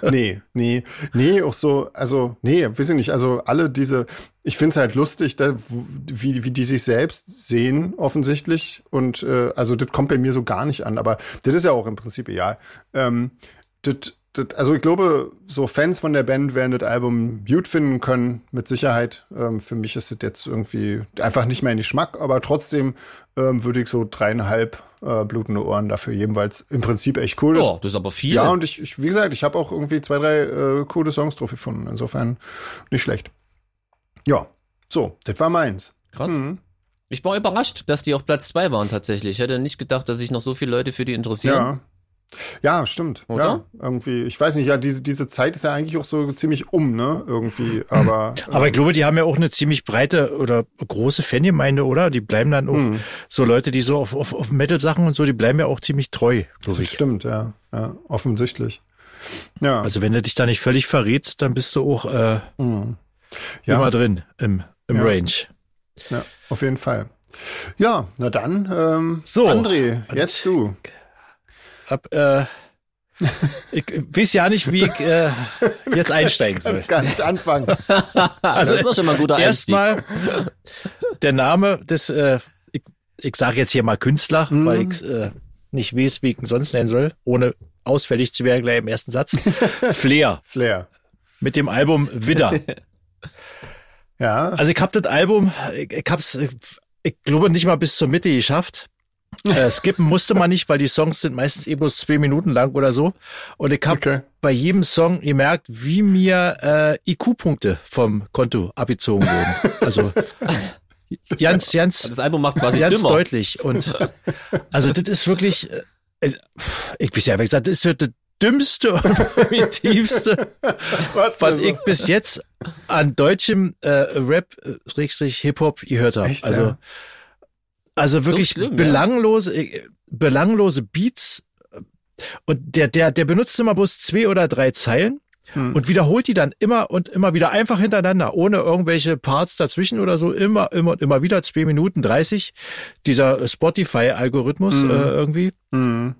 Speaker 2: nee, nee, nee, auch so, also, nee, weiß ich nicht, also alle diese, ich finde es halt lustig, da, wie, wie die sich selbst sehen, offensichtlich. Und äh, also das kommt bei mir so gar nicht an, aber das ist ja auch im Prinzip egal. Ähm, das, das, also ich glaube, so Fans von der Band werden das Album gut finden können, mit Sicherheit. Ähm, für mich ist das jetzt irgendwie einfach nicht mehr in die Schmack, aber trotzdem ähm, würde ich so dreieinhalb äh, blutende Ohren dafür jeweils im Prinzip echt cool.
Speaker 3: Ja, das ist aber viel.
Speaker 2: Ja, und ich, ich wie gesagt, ich habe auch irgendwie zwei, drei äh, coole Songs drauf gefunden. Insofern nicht schlecht. Ja, so, das war meins.
Speaker 3: Krass. Mhm. Ich war überrascht, dass die auf Platz zwei waren tatsächlich. Ich hätte nicht gedacht, dass sich noch so viele Leute für die interessieren.
Speaker 2: Ja. ja stimmt. Oder? Ja, irgendwie, ich weiß nicht, ja, diese, diese Zeit ist ja eigentlich auch so ziemlich um, ne? Irgendwie, aber.
Speaker 1: aber ähm, ich glaube, die haben ja auch eine ziemlich breite oder große Fangemeinde, oder? Die bleiben dann auch, mhm. so Leute, die so auf, auf, auf Metal-Sachen und so, die bleiben ja auch ziemlich treu,
Speaker 2: glaube ich. Stimmt, ja. ja. Offensichtlich. Ja.
Speaker 1: Also, wenn du dich da nicht völlig verrätst, dann bist du auch äh, mhm. ja. immer drin im, im
Speaker 2: ja.
Speaker 1: Range.
Speaker 2: Ja, auf jeden Fall. Ja, na dann, ähm, so, André, jetzt du
Speaker 1: hab, äh, ich weiß ja nicht, wie ich äh, jetzt einsteigen soll.
Speaker 2: Kannst gar nicht anfangen.
Speaker 3: Ah,
Speaker 1: also das ist doch schon mal ein guter Erstmal der Name des, äh, ich, ich sage jetzt hier mal Künstler, mhm. weil ich äh, nicht weiß, wie ich ihn sonst nennen soll, ohne ausfällig zu werden gleich im ersten Satz. Flair.
Speaker 2: Flair.
Speaker 1: Mit dem Album Widder.
Speaker 2: ja.
Speaker 1: Also ich hab das Album, ich, ich hab's, ich, ich glaube nicht mal bis zur Mitte geschafft. Äh, skippen musste man nicht, weil die Songs sind meistens eh bloß zwei Minuten lang oder so. Und ich habe okay. bei jedem Song gemerkt, wie mir äh, IQ-Punkte vom Konto abgezogen wurden. Also ganz, ganz,
Speaker 3: Also, das Album macht quasi
Speaker 1: ganz
Speaker 3: dümmer.
Speaker 1: deutlich. Und also das ist wirklich, äh, ich weiß ja, wie gesagt, das ist das dümmste und primitivste, was, was ich bis jetzt an deutschem äh, Rap, Schrägstrich Hip-Hop gehört habe. Also ja? Also wirklich so schlimm, belanglose, ja. belanglose Beats. Und der, der, der benutzt immer bloß zwei oder drei Zeilen hm. und wiederholt die dann immer und immer wieder einfach hintereinander, ohne irgendwelche Parts dazwischen oder so. Immer, immer und immer wieder, zwei Minuten dreißig. Dieser Spotify-Algorithmus mhm. äh, irgendwie.
Speaker 2: Mhm.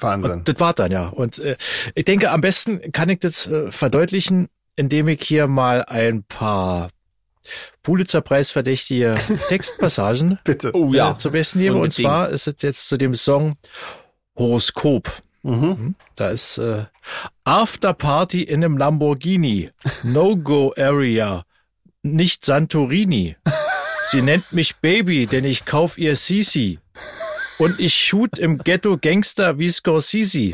Speaker 2: Wahnsinn.
Speaker 1: Und das war dann, ja. Und äh, ich denke, am besten kann ich das äh, verdeutlichen, indem ich hier mal ein paar Pulitzer-Preis-verdächtige Textpassagen
Speaker 2: Bitte.
Speaker 1: Oh, ja. zu besten nehme. Unbedingt. Und zwar ist es jetzt zu dem Song Horoskop. Mhm. Da ist äh, After Party in einem Lamborghini, No-Go Area, nicht Santorini. Sie nennt mich Baby, denn ich kauf ihr Sisi. Und ich shoot im Ghetto Gangster wie Scorsese.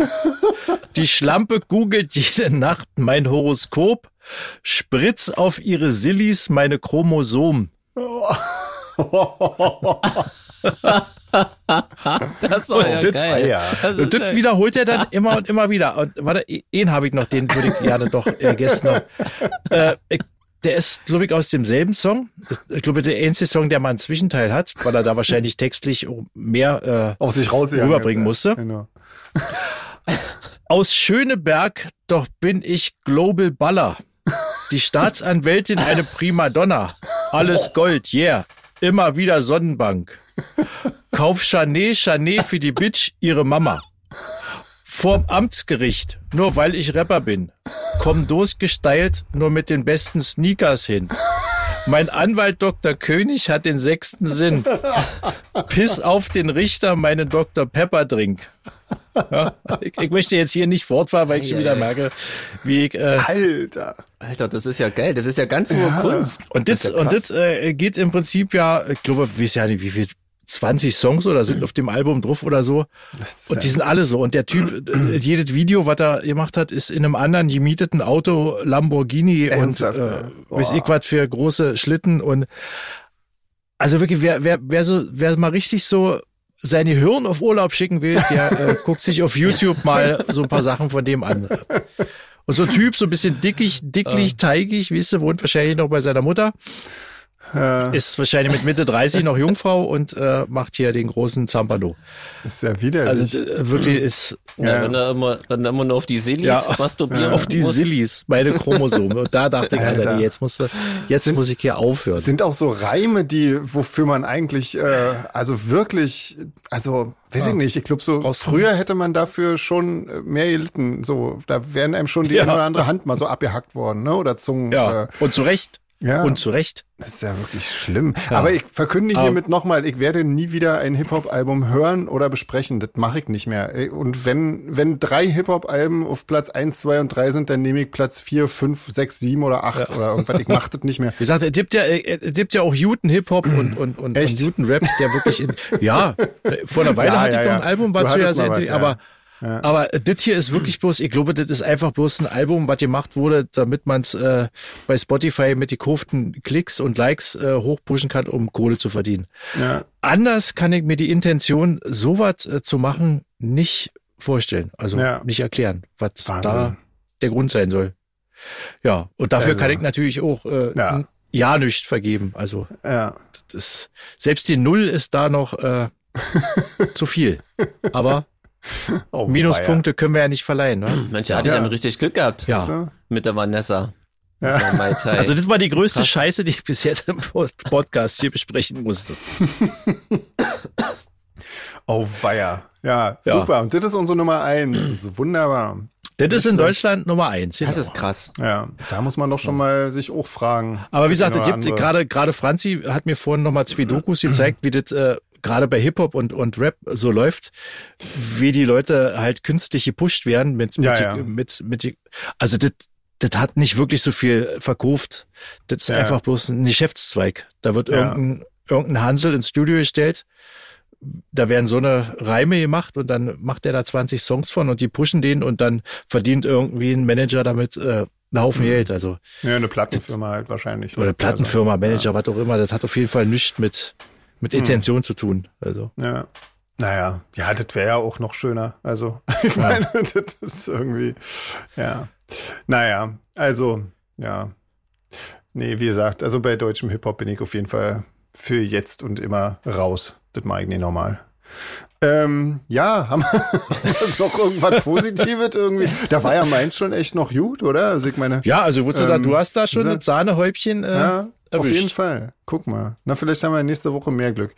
Speaker 1: Die Schlampe googelt jede Nacht mein Horoskop. Spritz auf ihre Sillis meine Chromosomen.
Speaker 2: Oh.
Speaker 3: das war ja
Speaker 1: das,
Speaker 3: geil.
Speaker 1: Ja. Das, und das wiederholt er dann immer und immer wieder. Und warte, einen habe ich noch, den würde ich gerne doch äh, gestern noch. Äh, ich, der ist, glaube ich, aus demselben Song. Ich glaube, der einzige Song, der mal einen Zwischenteil hat, weil er da wahrscheinlich textlich um mehr
Speaker 2: äh, auf sich raus
Speaker 1: rüberbringen musste. Genau. Aus Schöneberg, doch bin ich Global Baller. Die Staatsanwältin eine Primadonna. Alles Gold, yeah. Immer wieder Sonnenbank. Kauf Chanet, Chanet für die Bitch, ihre Mama. Vorm Amtsgericht, nur weil ich Rapper bin. Komm durchgesteilt, nur mit den besten Sneakers hin. Mein Anwalt Dr. König hat den sechsten Sinn. Piss auf den Richter meinen Dr. Pepper Drink. Ja, ich, ich möchte jetzt hier nicht fortfahren, weil ich schon wieder merke, wie ich. Äh,
Speaker 2: Alter.
Speaker 3: Alter, das ist ja geil. Das ist ja ganz hohe
Speaker 2: Ja.
Speaker 3: Kunst.
Speaker 1: und das,
Speaker 3: ist ja
Speaker 1: und
Speaker 3: krass.
Speaker 1: das äh, geht im Prinzip ja, ich glaube, ich weiß ja nicht, wie viel, 20 Songs oder sind auf dem Album drauf oder so. Und die sind alle so. Und der Typ, äh, jedes Video, was er gemacht hat, ist in einem anderen gemieteten Auto Lamborghini
Speaker 2: Ernsthaft,
Speaker 1: und
Speaker 2: ja?
Speaker 1: äh, weiß
Speaker 2: Boah.
Speaker 1: ich was für große Schlitten und also wirklich, wer, wer, wer so, wer mal richtig so seine Hirn auf Urlaub schicken will, der äh, guckt sich auf YouTube mal so ein paar Sachen von dem an. Und so ein Typ, so ein bisschen dickig, dicklich, teigig, weißt du, wohnt wahrscheinlich noch bei seiner Mutter,
Speaker 2: äh,
Speaker 1: ist wahrscheinlich mit Mitte 30 noch Jungfrau und äh, macht hier den großen Zampano.
Speaker 2: ist sehr widerlich.
Speaker 1: Also d- wirklich
Speaker 2: Mhm.
Speaker 1: ist
Speaker 3: Ja,
Speaker 2: Ja.
Speaker 3: Wenn er immer, wenn er immer nur auf die Sillis
Speaker 1: Ja.
Speaker 3: masturbieren
Speaker 1: auf die
Speaker 3: muss.
Speaker 1: Sillis, meine Chromosome. Und da dachte ich, Alter,
Speaker 2: Alter.
Speaker 1: nee, jetzt musst du, jetzt muss ich hier aufhören.
Speaker 2: sind auch so Reime, die, wofür man eigentlich, äh, also wirklich, also weiß ich nicht, ich glaube so, früher hätte man dafür schon äh, mehr gelitten. So, da wären einem schon die
Speaker 1: Ja.
Speaker 2: eine oder andere Hand mal so abgehackt worden, ne? Oder Zungen.
Speaker 1: ja,
Speaker 2: Äh,
Speaker 1: und zu Recht.
Speaker 2: ja.
Speaker 1: Und zu Recht.
Speaker 2: Das ist ja wirklich schlimm. Aber ich verkünde hiermit nochmal, ich werde nie wieder ein Hip-Hop-Album hören oder besprechen. Das mache ich nicht mehr. Und wenn, wenn drei Hip-Hop-Alben auf Platz 1, 2 und 3 sind, dann nehme ich Platz 4, 5, 6, 7 oder 8 oder irgendwas. Ich mache das nicht mehr.
Speaker 1: Wie gesagt, es gibt ja, äh, es gibt ja auch Juten Hip-Hop und, und, und, und
Speaker 2: Mhm. Echt?
Speaker 1: Juten Rap, der wirklich in, ja, vor einer Weile
Speaker 2: Ja,
Speaker 1: hatte
Speaker 2: ja,
Speaker 1: ich noch
Speaker 2: ja.
Speaker 1: ein Album, war
Speaker 2: Du
Speaker 1: zu ja
Speaker 2: hattest
Speaker 1: sehr,
Speaker 2: mal was,
Speaker 1: intelligent,
Speaker 2: ja.
Speaker 1: aber, aber das hier ist wirklich bloß, ich glaube, das ist einfach bloß ein Album, was gemacht wurde, damit man es äh, bei Spotify mit die kurften Klicks und Likes äh, hochpushen kann, um Kohle zu verdienen.
Speaker 2: Ja.
Speaker 1: anders kann ich mir die Intention, sowas äh, zu machen, nicht vorstellen. Also
Speaker 2: Ja.
Speaker 1: nicht erklären, was
Speaker 2: Wahnsinn.
Speaker 1: da der Grund sein soll. Ja, und dafür
Speaker 2: Also.
Speaker 1: kann ich natürlich auch äh,
Speaker 2: Ja.
Speaker 1: ja. ja nicht vergeben. Also
Speaker 2: Ja.
Speaker 1: das ist, selbst die Null ist da noch äh, zu viel. Aber
Speaker 2: Oh,
Speaker 1: Minuspunkte können wir ja nicht verleihen. Ne?
Speaker 3: Mensch, da hatte
Speaker 2: Ja.
Speaker 3: ich ja richtig Glück gehabt.
Speaker 1: Ja.
Speaker 2: So.
Speaker 3: Mit der Vanessa.
Speaker 2: Ja.
Speaker 3: Der Mai Tai.
Speaker 1: Also das war die größte Scheiße, die ich bis jetzt im Podcast hier besprechen musste.
Speaker 2: Oh, weia. Ja,
Speaker 1: Ja.
Speaker 2: super. Und das ist unsere Nummer 1. So wunderbar.
Speaker 1: Das ist in Deutschland Nummer eins.
Speaker 3: das
Speaker 1: genau.
Speaker 3: ist krass.
Speaker 2: Ja, da muss man doch schon mal sich auch fragen.
Speaker 1: Aber wie gesagt,
Speaker 2: Eine
Speaker 1: es
Speaker 2: oder
Speaker 1: gibt
Speaker 2: andere.
Speaker 1: gerade gerade Franzi hat mir vorhin nochmal zwei Dokus gezeigt, wie das äh, gerade bei Hip Hop und und Rap so läuft, wie die Leute halt künstlich gepusht werden mit mit
Speaker 2: Ja,
Speaker 1: die-
Speaker 2: ja.
Speaker 1: mit, mit die, also das das hat nicht wirklich so viel verkauft. Das ist
Speaker 2: Ja.
Speaker 1: einfach bloß ein Geschäftszweig. Da wird
Speaker 2: Ja.
Speaker 1: irgendein irgendein Hansel ins Studio gestellt. Da werden so eine Reime gemacht und dann macht er da 20 Songs von und die pushen den und dann verdient irgendwie ein Manager damit äh, einen Haufen
Speaker 2: Mhm.
Speaker 1: Geld. Also
Speaker 2: Ja, eine Plattenfirma halt wahrscheinlich.
Speaker 1: oder Plattenfirma, Manager, was auch immer, das hat auf jeden Fall nichts mit, mit
Speaker 2: Hm.
Speaker 1: Intention zu tun. Also.
Speaker 2: Ja. Naja, ja, das wäre ja auch noch schöner. Also, ich meine, das ist irgendwie, ja. Naja, also, ja. Nee, wie gesagt, also bei deutschem Hip-Hop bin ich auf jeden Fall für jetzt und immer raus. Das mache ich nicht normal. Ähm, ja, haben wir noch irgendwas Positives irgendwie? Da war ja meins schon echt noch gut, oder? Also ich meine,
Speaker 1: Ja, also würdest du
Speaker 2: Ähm,
Speaker 1: sagen, du hast da schon
Speaker 2: so-
Speaker 1: ein Sahnehäubchen. Äh,
Speaker 2: Ja, auf
Speaker 1: erwischt.
Speaker 2: jeden Fall. Guck mal. Na, vielleicht haben wir nächste Woche mehr Glück.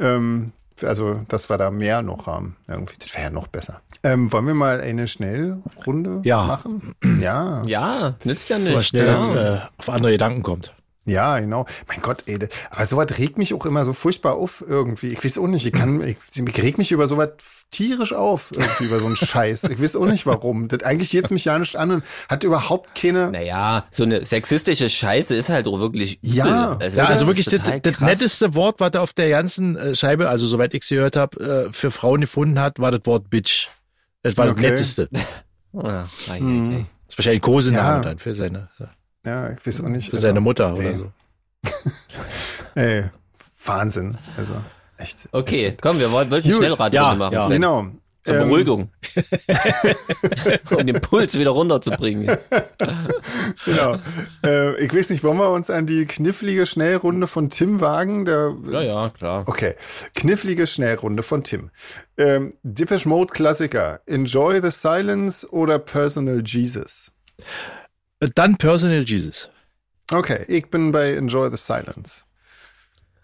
Speaker 2: Ähm, also, dass wir da mehr noch haben. Irgendwie, das wäre ja noch besser. Ähm, wollen wir mal eine Schnellrunde
Speaker 1: Ja.
Speaker 2: machen? Ja.
Speaker 3: Ja, nützt ja
Speaker 1: so
Speaker 3: nicht.
Speaker 1: schnell
Speaker 3: ja.
Speaker 1: äh, auf andere Gedanken kommt.
Speaker 2: Ja, genau. Mein Gott, ey. das- Aber sowas regt mich auch immer so furchtbar auf irgendwie. Ich weiß auch nicht, ich kann, ich, ich reg mich über sowas tierisch auf, irgendwie über so einen Scheiß. Ich weiß auch nicht warum. Das eigentlich jetzt mich ja nicht an und hat überhaupt keine.
Speaker 3: Naja, so eine sexistische Scheiße ist halt auch wirklich übel.
Speaker 2: Ja.
Speaker 1: Ja, also
Speaker 3: ist
Speaker 1: wirklich das,
Speaker 3: total
Speaker 1: das
Speaker 3: krass.
Speaker 1: netteste Wort, was er auf der ganzen äh, Scheibe, also soweit ich sie gehört habe, äh, für Frauen gefunden hat, war das Wort Bitch. Das war
Speaker 2: Okay.
Speaker 1: das netteste. Das
Speaker 3: Ah, ei, ei,
Speaker 2: Hm.
Speaker 3: ei.
Speaker 1: ist wahrscheinlich Kosename
Speaker 2: Ja.
Speaker 1: dann für seine, für
Speaker 2: Ja, ich weiß auch nicht. also-
Speaker 1: seine Mutter
Speaker 2: nee.
Speaker 1: oder so.
Speaker 2: Ey, Wahnsinn. Also, echt.
Speaker 3: Okay, komm, wir wollen wirklich
Speaker 2: Gut.
Speaker 3: Schnellradrunde
Speaker 1: Ja,
Speaker 3: machen.
Speaker 1: ja.
Speaker 3: Sven.
Speaker 2: Genau.
Speaker 3: Zur
Speaker 2: Ähm,
Speaker 3: Beruhigung. um den Puls wieder runterzubringen.
Speaker 2: Genau. äh, ich weiß nicht, wollen wir uns an die knifflige Schnellrunde von Tim wagen? Der,
Speaker 3: Ja, ja, klar.
Speaker 2: Okay. Knifflige Schnellrunde von Tim. Ähm, Depeche Mode Klassiker. Enjoy the Silence oder Personal Jesus?
Speaker 1: Äh, Dann Personal Jesus.
Speaker 2: Okay, ich bin bei Enjoy the Silence.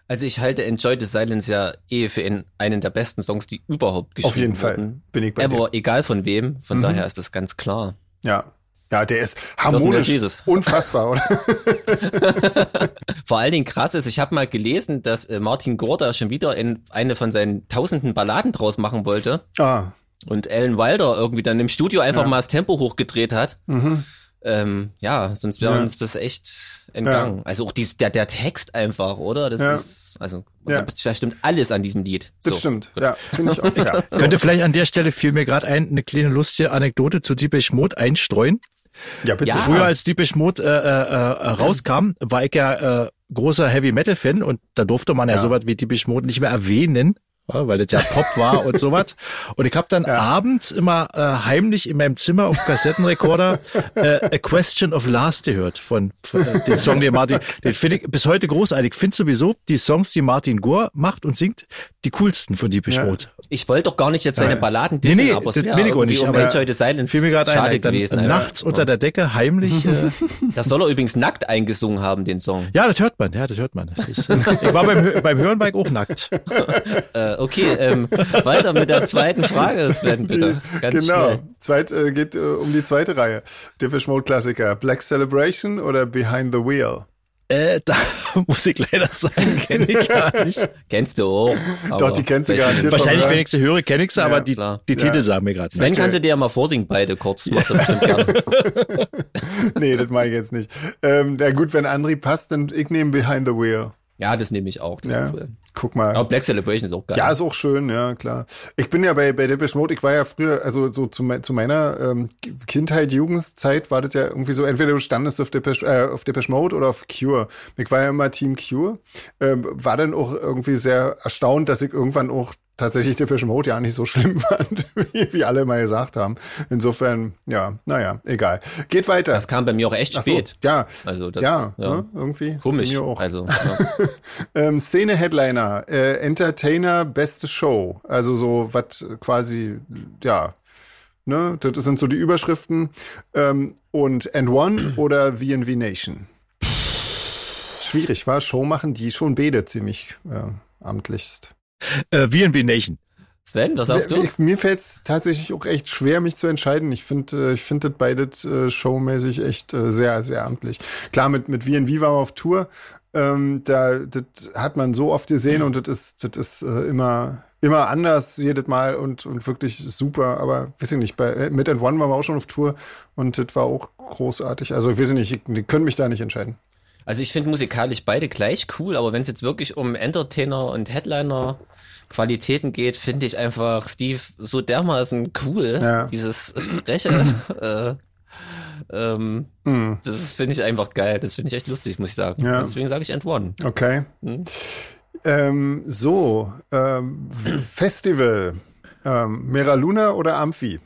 Speaker 3: Also ich halte Enjoy the Silence ja eh für einen- einen der besten Songs, die überhaupt geschrieben
Speaker 2: Auf jeden Fall
Speaker 3: wurden.
Speaker 2: bin ich bei dir.
Speaker 3: Ever, egal von wem, von
Speaker 2: Mhm.
Speaker 3: daher ist das ganz klar.
Speaker 2: Ja. Ja, der ist
Speaker 3: Lost
Speaker 2: harmonisch.
Speaker 3: in Jesus.
Speaker 2: Unfassbar, oder?
Speaker 3: Vor allen Dingen krass ist, ich habe mal gelesen, dass äh, Martin Gorda schon wieder in eine von seinen tausenden Balladen draus machen wollte
Speaker 2: ah,
Speaker 3: und Alan Wilder irgendwie dann im Studio einfach
Speaker 2: Ja.
Speaker 3: mal das Tempo hochgedreht hat.
Speaker 2: mhm.
Speaker 3: Ähm, ja, sonst wäre
Speaker 2: Ja.
Speaker 3: uns das echt entgangen. Also auch dies, der, der Text einfach, oder? Das
Speaker 2: Ja.
Speaker 3: ist, also
Speaker 2: Ja.
Speaker 3: da stimmt alles an diesem Lied.
Speaker 2: Das
Speaker 3: So.
Speaker 2: stimmt. Ja, finde ich auch. Ja. So.
Speaker 1: Könnte vielleicht an der Stelle fiel mir gerade ein, eine kleine lustige Anekdote zu Deepish Mode einstreuen.
Speaker 2: ja, bitte.
Speaker 3: Ja.
Speaker 1: Früher, als Deepish Mode äh, äh, äh, rauskam, war ich ja äh, großer Heavy Metal Fan und da durfte man ja,
Speaker 2: Ja.
Speaker 1: sowas wie Deepish Mode nicht mehr erwähnen. ja, Weil das ja Pop war und sowas. Und ich habe dann abends immer äh, heimlich in meinem Zimmer auf Kassettenrekorder äh, A Question of Last gehört von, von äh, den Song, den Martin, den finde ich bis heute großartig. Ich finde sowieso die Songs, die Martin Gore macht und singt, die coolsten von Deepish
Speaker 2: Ja.
Speaker 1: Mode.
Speaker 3: Ich wollte doch gar nicht jetzt seine
Speaker 2: Ja.
Speaker 3: Balladen dissen,
Speaker 1: Nee, nee,
Speaker 3: aber es
Speaker 1: das
Speaker 3: wäre
Speaker 1: will ich auch
Speaker 3: irgendwie
Speaker 1: nicht,
Speaker 3: um
Speaker 1: aber
Speaker 3: Enjoy the Silence
Speaker 1: Fiel mir gerade
Speaker 3: schade
Speaker 1: ein, dann
Speaker 3: gewesen. einfach.
Speaker 1: nachts unter der Decke heimlich. Äh,
Speaker 3: Das soll er übrigens nackt eingesungen haben, den Song.
Speaker 1: ja, das hört man, ja, das hört man. Das ist, äh, ich war beim, Hö- beim Hörenbike auch nackt.
Speaker 3: Äh, okay, ähm, weiter mit der zweiten Frage, das werden bitte Äh, ganz
Speaker 2: genau.
Speaker 3: schnell.
Speaker 2: Zweit, äh, geht äh, um die zweite Reihe. Diffish Mode Klassiker. Black Celebration oder Behind the Wheel?
Speaker 1: Äh, da muss ich leider sagen, kenne ich gar nicht.
Speaker 3: Kennst du auch. aber-
Speaker 2: Doch, die kennst du garantiert.
Speaker 1: Wahrscheinlich,
Speaker 2: vom
Speaker 1: wenn ich sie höre, kenne ich sie, aber die,
Speaker 3: klar.
Speaker 1: die Titel sagen mir gerade
Speaker 3: Wenn
Speaker 1: nicht.
Speaker 3: kannst du dir ja mal vorsingen, beide kurz. Macht er bestimmt gerne.
Speaker 2: Nee, das mache ich jetzt nicht. Ähm, na gut, wenn Andri passt, dann ich nehme Behind the Wheel.
Speaker 3: Ja, das nehme ich auch. Das
Speaker 2: Ja.
Speaker 3: ist cool.
Speaker 2: Guck mal.
Speaker 3: Aber Black Celebration ist auch geil.
Speaker 2: Ja, ist auch schön, ja, klar. Ich bin ja bei, bei Depeche Mode, ich war ja früher, also so zu, me zu meiner ähm, K- Kindheit, Jugendzeit war das ja irgendwie so, entweder du standest auf Depeche, äh, auf Depeche Mode oder auf Cure. Ich war ja immer Team Cure, ähm, war dann auch irgendwie sehr erstaunt, dass ich irgendwann auch tatsächlich Depeche Mode ja nicht so schlimm fand, wie, wie alle mal gesagt haben. Insofern, ja, naja, egal. Geht weiter.
Speaker 3: das kam bei mir auch echt
Speaker 2: Ach so,
Speaker 3: spät.
Speaker 2: Ja,
Speaker 3: Also das
Speaker 2: ja,
Speaker 3: ja.
Speaker 2: ne, irgendwie.
Speaker 3: komisch.
Speaker 2: Bei Mir auch.
Speaker 3: Also ja.
Speaker 2: Ähm, Szene-Headliner, äh, Entertainer, beste Show. Also so was quasi, ja, ne, das sind so die Überschriften. Ähm, und And One oder VNV Nation. Schwierig, war Show machen, die schon beide ziemlich äh, amtlichst.
Speaker 1: Äh, V&V Nation.
Speaker 3: Sven, was sagst du?
Speaker 2: Mir, mir fällt es tatsächlich auch echt schwer, mich zu entscheiden. Ich finde äh, ich find das beides äh, showmäßig echt äh, sehr, sehr amtlich. Klar, mit, mit VNV waren wir auf Tour. Ähm, da, das hat man so oft gesehen und das ist, das ist äh, immer, immer anders jedes Mal und, und wirklich super. Aber weiß ich nicht, bei äh, Mid and One waren wir auch schon auf Tour und das war auch großartig. Also weiß ich nicht, ich, die können mich da nicht entscheiden.
Speaker 3: Also ich finde musikalisch beide gleich cool, aber wenn es jetzt wirklich um Entertainer und Headliner Qualitäten geht, finde ich einfach Steve so dermaßen cool.
Speaker 2: Ja.
Speaker 3: Dieses freche, äh, ähm, das finde ich einfach geil. Das finde ich echt lustig, muss ich sagen.
Speaker 2: Mhm. Ja.
Speaker 3: Deswegen sage ich And One.
Speaker 2: Okay.
Speaker 3: Hm.
Speaker 2: Ähm, so, ähm, Festival. Ähm, Mera Luna oder Amphi?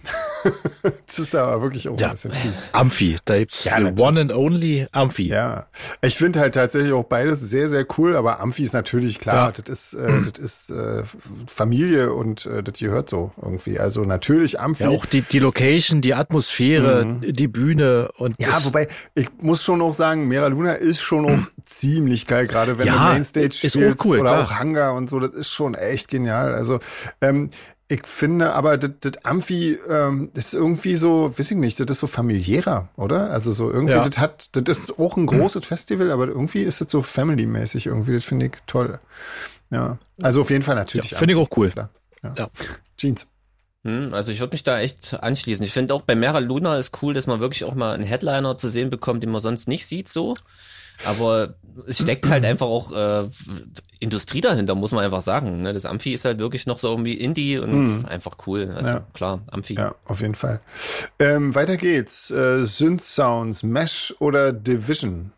Speaker 2: das ist aber wirklich auch
Speaker 1: Ja.
Speaker 2: ein bisschen fies.
Speaker 1: Amphi, da gibt's
Speaker 2: Ja,
Speaker 1: the
Speaker 2: natürlich.
Speaker 1: One and Only Amphi.
Speaker 2: Ja, ich finde halt tatsächlich auch beides sehr, sehr cool, aber Amphi ist natürlich klar,
Speaker 1: Ja.
Speaker 2: das ist, äh, das ist äh, Familie und äh, das gehört so irgendwie. Also natürlich Amphi.
Speaker 1: Ja, auch die, die Location, die Atmosphäre, die Bühne und
Speaker 2: Mhm. Ja,
Speaker 1: das-
Speaker 2: wobei, ich muss schon auch sagen, Mera Luna ist schon auch ziemlich geil, gerade wenn
Speaker 1: Ja,
Speaker 2: du Mainstage
Speaker 1: ist auch
Speaker 2: spielst
Speaker 1: cool,
Speaker 2: oder
Speaker 1: klar.
Speaker 2: auch Hangar und so, das ist schon echt genial. Also, ähm, ich finde aber, das das Amphi ähm, das ist irgendwie so, weiß ich nicht, das ist so familiärer, oder? Also so irgendwie,
Speaker 1: Ja. Hm.
Speaker 2: das hat, das ist auch ein großes Festival, aber irgendwie ist das so family-mäßig irgendwie, das finde ich toll. Ja, also auf jeden Fall natürlich.
Speaker 1: ja, finde ich auch cool.
Speaker 2: Klar. Ja.
Speaker 1: Ja.
Speaker 2: Jeans.
Speaker 3: Hm, also ich würde mich da echt anschließen. Ich finde auch bei Mera Luna ist cool, dass man wirklich auch mal einen Headliner zu sehen bekommt, den man sonst nicht sieht so. Aber es steckt halt einfach auch äh, Industrie dahinter, muss man einfach sagen. Ne? Das Amphi ist halt wirklich noch so irgendwie Indie und einfach cool. Also
Speaker 2: Hm. Ja.
Speaker 3: klar, Amphi.
Speaker 2: Ja, auf jeden Fall. Ähm, weiter geht's. Äh, Synth Sounds, Mesh oder Division?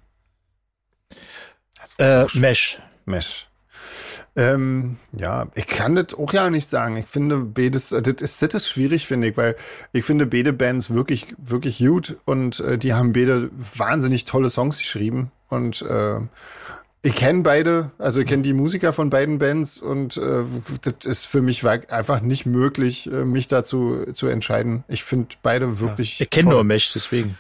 Speaker 1: Äh, Mesh.
Speaker 2: Mesh. Ähm, ja, ich kann das auch ja nicht sagen. Ich finde, Bedes, äh, das ist, das ist schwierig, finde ich, weil ich finde beide Bands wirklich, wirklich gut und äh, die haben beide wahnsinnig tolle Songs geschrieben und äh, ich kenne beide, also ich kenne die Musiker von beiden Bands und äh, das ist für mich wa- einfach nicht möglich, äh, mich dazu zu entscheiden. Ich finde beide wirklich.
Speaker 1: Ich kenne
Speaker 2: toll.
Speaker 1: nur Mesh, deswegen.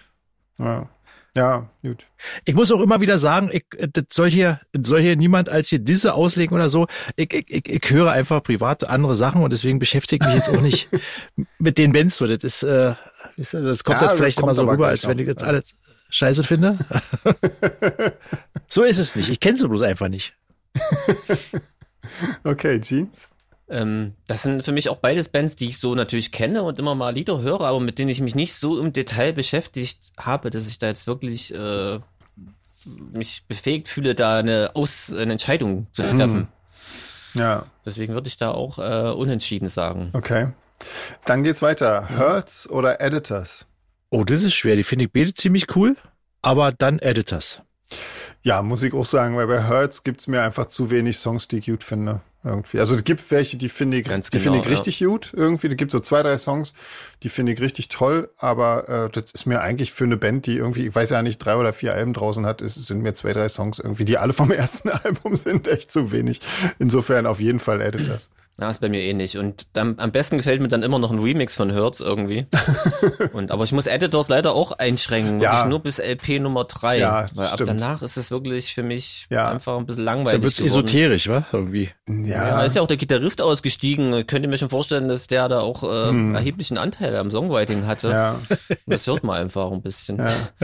Speaker 2: Ja. Ja, gut.
Speaker 1: Ich muss auch immer wieder sagen, ich, äh, das soll hier, soll hier niemand als hier diese auslegen oder so. Ich, ich, ich, ich höre einfach private andere Sachen und deswegen beschäftige ich mich jetzt auch nicht mit den Bands. So, das ist, äh, ist- das kommt
Speaker 2: Ja,
Speaker 1: dann vielleicht
Speaker 2: kommt
Speaker 1: immer so
Speaker 2: aber
Speaker 1: rüber,
Speaker 2: gleich
Speaker 1: als wenn
Speaker 2: noch,
Speaker 1: ich jetzt
Speaker 2: ja.
Speaker 1: alles scheiße finde. so ist es nicht. Ich kenne sie bloß einfach nicht.
Speaker 2: Okay, Jeans.
Speaker 3: Ähm, das sind für mich auch beides Bands, die ich so natürlich kenne und immer mal Lieder höre, aber mit denen ich mich nicht so im Detail beschäftigt habe, dass ich da jetzt wirklich äh, mich befähigt fühle, da eine, Aus eine Entscheidung zu
Speaker 2: Hm.
Speaker 3: treffen.
Speaker 2: Ja,
Speaker 3: Deswegen würde ich da auch äh, unentschieden sagen.
Speaker 2: okay. Dann geht's weiter. Hertz oder Editors?
Speaker 1: Oh, das ist schwer. Die finde ich beide ziemlich cool, aber dann Editors.
Speaker 2: Ja, muss ich auch sagen, weil bei Hertz gibt's mir einfach zu wenig Songs, die ich gut finde. Irgendwie. Also es gibt welche, die finde ich,
Speaker 3: Ganz
Speaker 2: die finde
Speaker 3: genau,
Speaker 2: ich richtig gut. Irgendwie, es gibt so zwei, drei Songs, die finde ich richtig toll, aber äh, das ist mir eigentlich für eine Band, die irgendwie, ich weiß ja nicht, drei oder vier Alben draußen hat, es sind mir zwei, drei Songs irgendwie, die alle vom ersten Album sind, echt zu wenig. Insofern auf jeden Fall Editors.
Speaker 3: Ja, ist bei mir ähnlich. Und dann, am besten gefällt mir dann immer noch ein Remix von Hertz irgendwie. Und, aber ich muss Editors leider auch einschränken.
Speaker 2: Ja.
Speaker 3: Ja. Nur bis LP Nummer 3.
Speaker 2: Ja,
Speaker 3: weil ab
Speaker 2: stimmt.
Speaker 3: danach ist es wirklich für mich
Speaker 2: Ja.
Speaker 3: einfach ein bisschen
Speaker 1: Da
Speaker 3: langweilig.
Speaker 1: wird's
Speaker 3: geworden.
Speaker 1: esoterisch, wa? Irgendwie.
Speaker 3: Ja,
Speaker 2: Ja,
Speaker 3: ist ja auch der Gitarrist ausgestiegen. Könnt ihr mir schon vorstellen, dass der da auch äh, erheblichen Anteil am Songwriting hatte.
Speaker 2: Hm. ja.
Speaker 3: Und das hört man einfach ein bisschen.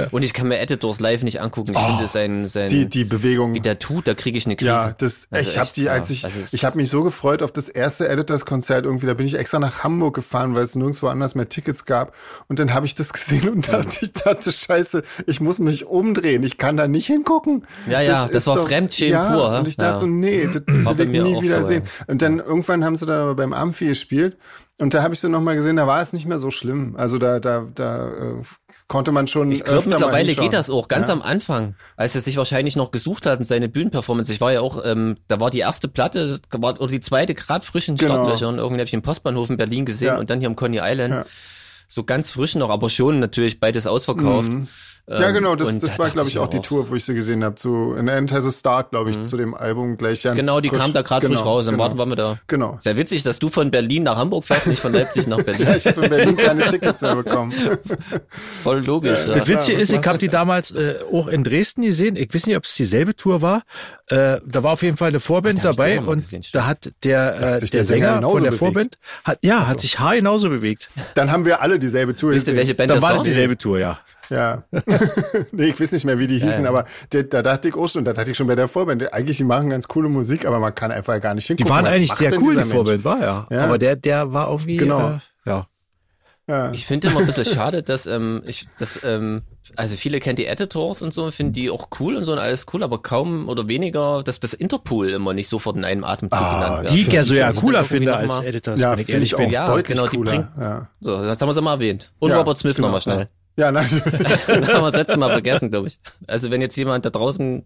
Speaker 3: Und ich kann mir Editors live nicht angucken. Ich finde sein, sein
Speaker 2: Oh, Die, die Bewegung.
Speaker 3: wie der tut, da kriege ich eine Krise.
Speaker 2: Ja, das,
Speaker 3: Also
Speaker 2: ich habe
Speaker 3: echt,
Speaker 2: die,
Speaker 3: ja.
Speaker 2: als ich,
Speaker 3: Also es-
Speaker 2: ich habe mich so gefreut auf das erste Editors-Konzert irgendwie, da bin ich extra nach Hamburg gefahren, weil es nirgendwo anders mehr Tickets gab und dann habe ich das gesehen und dachte, ich dachte, scheiße, ich muss mich umdrehen, ich kann da nicht hingucken.
Speaker 3: Ja, ja, das
Speaker 2: ist
Speaker 3: war Fremdschämen
Speaker 2: ja,
Speaker 3: pur, hä?
Speaker 2: Und ich dachte
Speaker 3: Ja. Mhm.
Speaker 2: so, nee, das
Speaker 3: War
Speaker 2: will
Speaker 3: bei
Speaker 2: ich
Speaker 3: mir
Speaker 2: nie
Speaker 3: auch
Speaker 2: wieder
Speaker 3: so,
Speaker 2: sehen.
Speaker 3: ja.
Speaker 2: Und dann irgendwann haben sie dann aber beim Amphi gespielt und da habe ich sie nochmal gesehen, da war es nicht mehr so schlimm. Also da, da, da äh, konnte man schon
Speaker 3: Ich glaube,
Speaker 2: öfter mal
Speaker 3: mittlerweile
Speaker 2: hinschauen.
Speaker 3: geht das auch. Ganz
Speaker 2: ja.
Speaker 3: am Anfang, als er sich wahrscheinlich noch gesucht hat und seine Bühnenperformance. Ich war ja auch, ähm, da war die erste Platte da war, oder die zweite gerade frisch in
Speaker 2: Genau.
Speaker 3: Startlöchern. Irgendwie habe ich im Postbahnhof in Berlin gesehen
Speaker 2: Ja.
Speaker 3: und dann hier im Coney Island.
Speaker 2: Ja.
Speaker 3: So ganz frisch noch, aber schon natürlich beides ausverkauft.
Speaker 2: Mhm. Ja,
Speaker 3: Ähm,
Speaker 2: genau, das,
Speaker 3: und
Speaker 2: das
Speaker 3: da
Speaker 2: war,
Speaker 3: dachte
Speaker 2: glaube ich,
Speaker 3: mir Mhm.
Speaker 2: auch die Tour, wo ich sie gesehen habe. Zu An End Has a Start, glaube ich, zu dem Album gleich ganz
Speaker 3: Genau, die
Speaker 2: frisch.
Speaker 3: kam da gerade
Speaker 2: Genau,
Speaker 3: frisch raus. Im
Speaker 2: genau.
Speaker 3: Warten waren wir da.
Speaker 2: Genau.
Speaker 3: Sehr witzig, dass du von Berlin nach Hamburg fährst, nicht von Leipzig nach Berlin.
Speaker 2: Ich habe in Berlin keine Tickets mehr bekommen.
Speaker 3: Voll logisch. Ja.
Speaker 1: Das Witzige ist, ich habe die damals äh, auch in Dresden gesehen. Ich weiß nicht, ob es dieselbe Tour war. Äh, da war auf jeden Fall eine Vorband
Speaker 3: Da hab ich die
Speaker 1: dabei
Speaker 3: auch mal
Speaker 1: und
Speaker 3: gesehen, stimmt.
Speaker 1: da hat der, äh,
Speaker 2: sich
Speaker 1: der,
Speaker 2: der Sänger
Speaker 1: Sänger,
Speaker 2: genauso
Speaker 1: von der
Speaker 2: bewegt.
Speaker 1: Vorband, hat, ja, hat sich H genauso bewegt.
Speaker 2: Dann haben wir alle dieselbe Tour.
Speaker 3: Wisst ihr, welche
Speaker 2: gesehen.
Speaker 3: Band
Speaker 1: Dann
Speaker 3: das
Speaker 1: war
Speaker 3: war?
Speaker 1: das dieselbe Tour, ja.
Speaker 2: Ja. nee, ich weiß nicht mehr, wie die hießen,
Speaker 3: ja.
Speaker 2: aber der, da dachte ich auch schon, da dachte ich schon bei der Vorband, eigentlich, die machen ganz coole Musik, aber man kann einfach gar nicht
Speaker 1: Die
Speaker 2: hingucken.
Speaker 1: waren
Speaker 2: Was
Speaker 1: eigentlich
Speaker 2: macht
Speaker 1: sehr
Speaker 2: denn
Speaker 1: cool,
Speaker 2: dieser
Speaker 1: die
Speaker 2: Mensch?
Speaker 1: Vorband, war ja.
Speaker 2: Ja.
Speaker 1: Aber der, der war irgendwie,
Speaker 2: Genau.
Speaker 1: äh, ja.
Speaker 3: Ich finde immer ein bisschen schade, dass ähm, ich dass, ähm, also viele kennen die Editors und so, finden die auch cool und so und alles cool, aber kaum oder weniger, dass das Interpol immer nicht sofort in einem Atemzug genannt wird.
Speaker 1: Ah, Die ich ja
Speaker 3: Das
Speaker 1: so ja
Speaker 3: ist
Speaker 1: cooler
Speaker 3: irgendwie
Speaker 1: finde
Speaker 3: noch
Speaker 1: als
Speaker 3: mal-
Speaker 1: Editors,
Speaker 2: Ja,
Speaker 1: wenn ich
Speaker 2: finde
Speaker 1: ehrlich
Speaker 2: ich
Speaker 1: bin.
Speaker 2: auch
Speaker 3: Ja,
Speaker 2: deutlich
Speaker 3: genau, die
Speaker 2: cooler.
Speaker 3: bringen-
Speaker 2: ja.
Speaker 3: So, das haben wir es mal erwähnt. Und
Speaker 2: Ja,
Speaker 3: Robert Smith
Speaker 2: genau,
Speaker 3: nochmal schnell.
Speaker 2: ja, natürlich.
Speaker 3: Das haben wir das letzte Mal vergessen, glaube ich. Also wenn jetzt jemand da draußen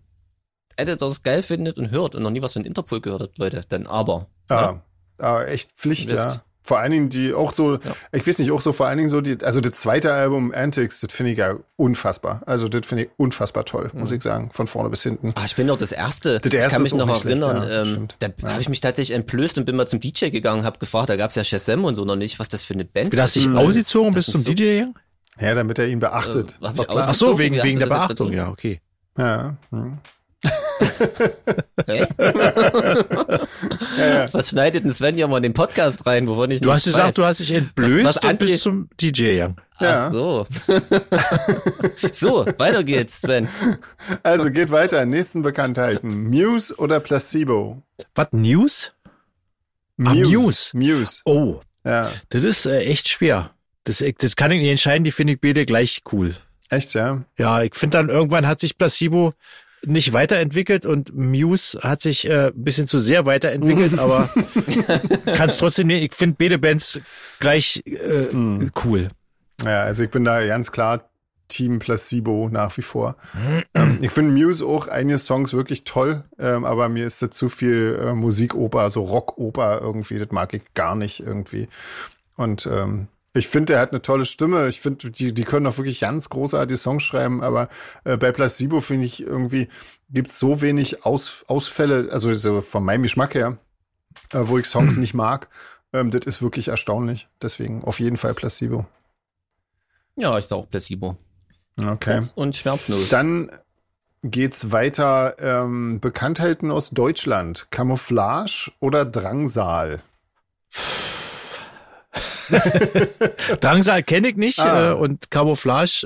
Speaker 3: Editors geil findet und hört und noch nie was von Interpol gehört hat, Leute, dann aber.
Speaker 2: Ja, aber echt Pflicht,
Speaker 3: Mist.
Speaker 2: ja. Vor allen Dingen die auch so, ich weiß nicht, auch so vor allen Dingen so die, also das zweite Album Antics, das finde ich ja unfassbar. Also das finde ich unfassbar toll, muss ich sagen, von vorne bis hinten.
Speaker 3: Ah, ich bin doch das erste.
Speaker 2: Das erste
Speaker 3: ich kann mich
Speaker 2: ist auch
Speaker 3: noch
Speaker 2: nicht schlecht,
Speaker 3: erinnern.
Speaker 2: ja,
Speaker 3: ähm,
Speaker 2: stimmt.
Speaker 3: da
Speaker 2: Ja.
Speaker 3: habe ich mich tatsächlich entblößt und bin mal zum DJ gegangen, habe gefragt, da gab es ja Shazam und so noch nicht, was das für eine Band
Speaker 1: Du hast dich
Speaker 3: Mhm.
Speaker 1: ausgezogen bis
Speaker 3: Das
Speaker 1: zum
Speaker 3: ist so-
Speaker 1: DJ gegangen?
Speaker 2: Ja, damit er ihn beachtet.
Speaker 3: Äh, was
Speaker 2: Ist doch
Speaker 3: ich
Speaker 2: klar.
Speaker 1: Ach so,
Speaker 3: Ausgezogen,
Speaker 1: wegen,
Speaker 3: wie hast
Speaker 1: wegen
Speaker 3: du
Speaker 1: der
Speaker 3: das jetzt
Speaker 1: Beachtung,
Speaker 3: dazu?
Speaker 1: ja, okay.
Speaker 2: ja, hm.
Speaker 3: Hä? Was schneidet denn Sven ja mal in den Podcast rein, wovon ich
Speaker 1: Du
Speaker 3: nichts
Speaker 1: hast gesagt,
Speaker 3: weiß?
Speaker 1: du hast dich entblößt
Speaker 3: was
Speaker 1: und
Speaker 3: André-
Speaker 1: bist zum DJ gegangen.
Speaker 2: Ja.
Speaker 3: Ach so. so, weiter geht's, Sven.
Speaker 2: Also geht weiter, nächsten Bekanntheiten. Muse oder Placebo?
Speaker 1: Was, News? Ah, Muse.
Speaker 2: Muse.
Speaker 1: Oh,
Speaker 2: Ja.
Speaker 1: das ist äh, echt schwer. Das, ich- das kann ich nicht entscheiden, die finde ich beide gleich cool.
Speaker 2: Echt, ja.
Speaker 1: Ja, ich finde dann irgendwann hat sich Placebo nicht weiterentwickelt und Muse hat sich äh, ein bisschen zu sehr
Speaker 2: Mhm.
Speaker 1: weiterentwickelt, aber kann es trotzdem nicht. Ich finde beide Bands gleich äh,
Speaker 2: Mhm.
Speaker 1: cool.
Speaker 2: Ja, also ich bin da ganz klar Team Placebo nach wie vor. ähm, ich finde Muse auch einige Songs wirklich toll, ähm, aber mir ist da zu viel äh, Musikoper, so Rockoper irgendwie, das mag ich gar nicht irgendwie. Und ähm, ich finde, er hat eine tolle Stimme. Ich finde, die, die können auch wirklich ganz großartige Songs schreiben, aber äh, bei Placebo finde ich irgendwie, gibt es so wenig Aus, Ausfälle, also so von meinem Geschmack her, äh, wo ich Songs nicht mag. Ähm, das ist wirklich erstaunlich. Deswegen auf jeden Fall Placebo.
Speaker 3: Ja, ich sag auch Placebo.
Speaker 2: Okay.
Speaker 3: und schmerzlos.
Speaker 2: Dann geht's weiter. Ähm, Bekanntheiten aus Deutschland. Camouflage oder Drangsal?
Speaker 1: Drangsal kenne ich nicht
Speaker 2: Ah.
Speaker 1: äh, und Camouflage,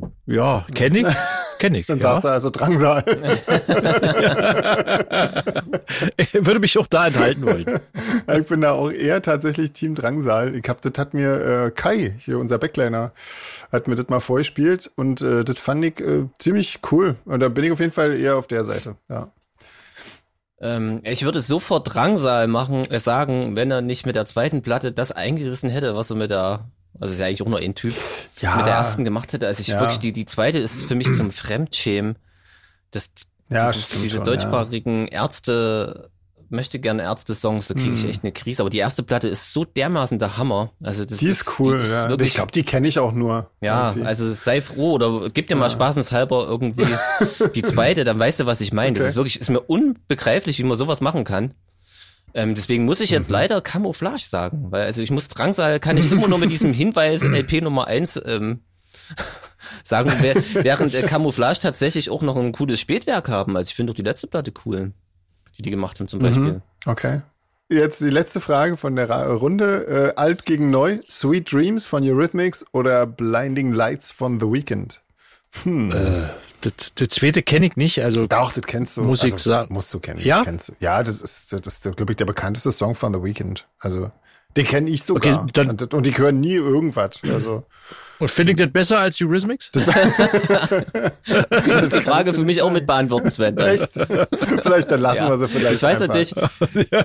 Speaker 1: äh, ja, kenne ich. Kenne ich.
Speaker 2: Dann
Speaker 1: ja.
Speaker 2: sagst du also Drangsal.
Speaker 1: Ich würde mich auch da enthalten wollen.
Speaker 2: ich bin da auch eher tatsächlich Team Drangsal. Ich hab, das hat mir äh, Kai, hier unser Backliner, hat mir das mal vorgespielt und äh, das fand ich äh, ziemlich cool. Und da bin ich auf jeden Fall eher auf der Seite. Ja.
Speaker 3: Ähm, ich würde sofort Drangsal machen, äh, sagen, wenn er nicht mit der zweiten Platte das eingerissen hätte, was er mit der, also ist ja eigentlich auch nur ein Typ,
Speaker 2: Ja.
Speaker 3: mit der ersten gemacht hätte. Also ich
Speaker 2: Ah. Ja.
Speaker 3: wirklich, die, die zweite ist für mich zum Fremdschämen. Das,
Speaker 2: Ja,
Speaker 3: dieses,
Speaker 2: stimmt
Speaker 3: diese
Speaker 2: schon,
Speaker 3: deutschsprachigen Ärzte, möchte gerne Ärzte-Songs, da kriege
Speaker 2: Hm.
Speaker 3: ich echt eine Krise. Aber die erste Platte ist so dermaßen der Hammer. Also das
Speaker 2: Die ist cool.
Speaker 3: die
Speaker 2: ja.
Speaker 3: wirklich,
Speaker 2: Ich glaube, die kenne ich auch nur.
Speaker 3: ja,
Speaker 2: irgendwie.
Speaker 3: also sei froh oder gib dir mal spaßenshalber irgendwie die zweite, dann weißt du, was ich meine. Das
Speaker 2: Okay.
Speaker 3: ist wirklich, ist mir unbegreiflich, wie man sowas machen kann. Ähm, deswegen muss ich
Speaker 2: Mhm.
Speaker 3: jetzt leider Camouflage sagen, weil also ich muss Drangsal, kann ich immer nur mit diesem Hinweis LP Nummer eins ähm, sagen, wer- während äh, Camouflage tatsächlich auch noch ein cooles Spätwerk haben. Also ich finde doch die letzte Platte cool, die die gemacht haben
Speaker 2: Mhm.
Speaker 3: zum Beispiel.
Speaker 2: Okay. Jetzt die letzte Frage von der Ra Runde. Äh, alt gegen neu, Sweet Dreams von Eurythmics oder Blinding Lights von The Weeknd?
Speaker 1: Das, das zweite kenne ich nicht, also
Speaker 2: Doch, das kennst du. Also,
Speaker 1: Muss ich sagen.
Speaker 2: Musst du kennen.
Speaker 1: Ja?
Speaker 2: Kennst du. Ja, das ist, das ist glaube ich, der bekannteste Song von The Weeknd. Also, den kenne ich sogar.
Speaker 1: Okay, dann-
Speaker 2: und, und die hören nie irgendwas. Also,
Speaker 1: und finde ich das besser als Eurismics?
Speaker 3: Du musst die Frage für mich auch mit beantworten, Sven. dann.
Speaker 2: echt? vielleicht, dann lassen
Speaker 3: Ja.
Speaker 2: wir sie vielleicht
Speaker 3: Ich weiß
Speaker 2: einfach.
Speaker 3: natürlich,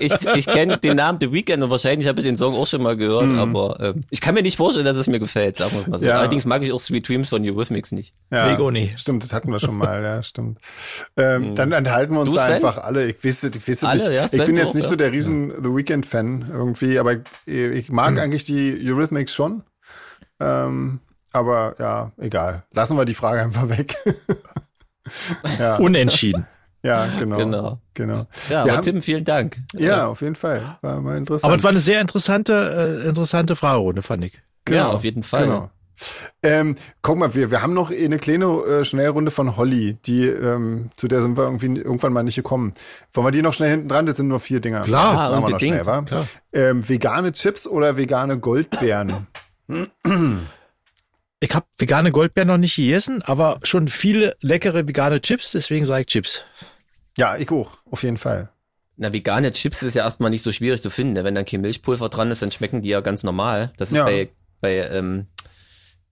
Speaker 3: ich, ich kenne den Namen The Weeknd und wahrscheinlich habe ich den Song auch schon mal gehört, aber ähm, ich kann mir nicht vorstellen, dass es mir gefällt, sagen wir mal so.
Speaker 2: Mhm. Ja.
Speaker 3: Allerdings mag ich auch Sweet Dreams von Eurythmics nicht.
Speaker 2: Ja,
Speaker 1: Nee, ich auch nicht.
Speaker 2: Stimmt, das hatten wir schon mal, ja, stimmt. Ähm, Dann enthalten wir uns
Speaker 3: Mhm. Du,
Speaker 2: da
Speaker 3: Sven?
Speaker 2: einfach alle. Ich wüsste, ich wüsste
Speaker 3: Alle,
Speaker 2: nicht.
Speaker 3: ja, Sven,
Speaker 2: ich bin
Speaker 3: du
Speaker 2: jetzt
Speaker 3: auch,
Speaker 2: nicht
Speaker 3: ja. Hm.
Speaker 2: so der riesen The Weeknd-Fan irgendwie, aber ich, ich mag eigentlich die Eurythmics schon. Ähm, aber ja, egal. Lassen wir die Frage einfach weg. ja,
Speaker 1: Unentschieden.
Speaker 2: ja, genau.
Speaker 3: Genau.
Speaker 2: genau.
Speaker 3: Ja,
Speaker 2: Wir
Speaker 3: aber
Speaker 2: haben-
Speaker 3: Tim, vielen Dank.
Speaker 2: Ja, auf jeden Fall. War mal interessant.
Speaker 1: Aber es war eine sehr interessante, äh, interessante Fragerunde, fand ich.
Speaker 3: Ja, auf jeden Fall.
Speaker 2: Genau. Ähm, guck mal, wir, wir haben noch eine kleine äh, Schnellrunde von Holly, die, ähm, zu der sind wir irgendwie irgendwann mal nicht gekommen. Wollen wir die noch schnell hinten dran? Das sind nur vier Dinger.
Speaker 1: Klar,
Speaker 2: Machen wir noch
Speaker 3: unbedingt.
Speaker 2: schnell, wa?
Speaker 1: Klar.
Speaker 2: Ähm, vegane Chips oder vegane Goldbeeren?
Speaker 1: Ich habe vegane Goldbeeren noch nicht gegessen, aber schon viele leckere vegane Chips, deswegen sage ich Chips.
Speaker 2: ja, ich auch, auf jeden Fall.
Speaker 3: Na, vegane Chips ist ja erstmal nicht so schwierig zu finden. ne? Wenn dann kein Milchpulver dran ist, dann schmecken die ja ganz normal. Das ist
Speaker 2: Ja.
Speaker 3: bei, bei, ähm,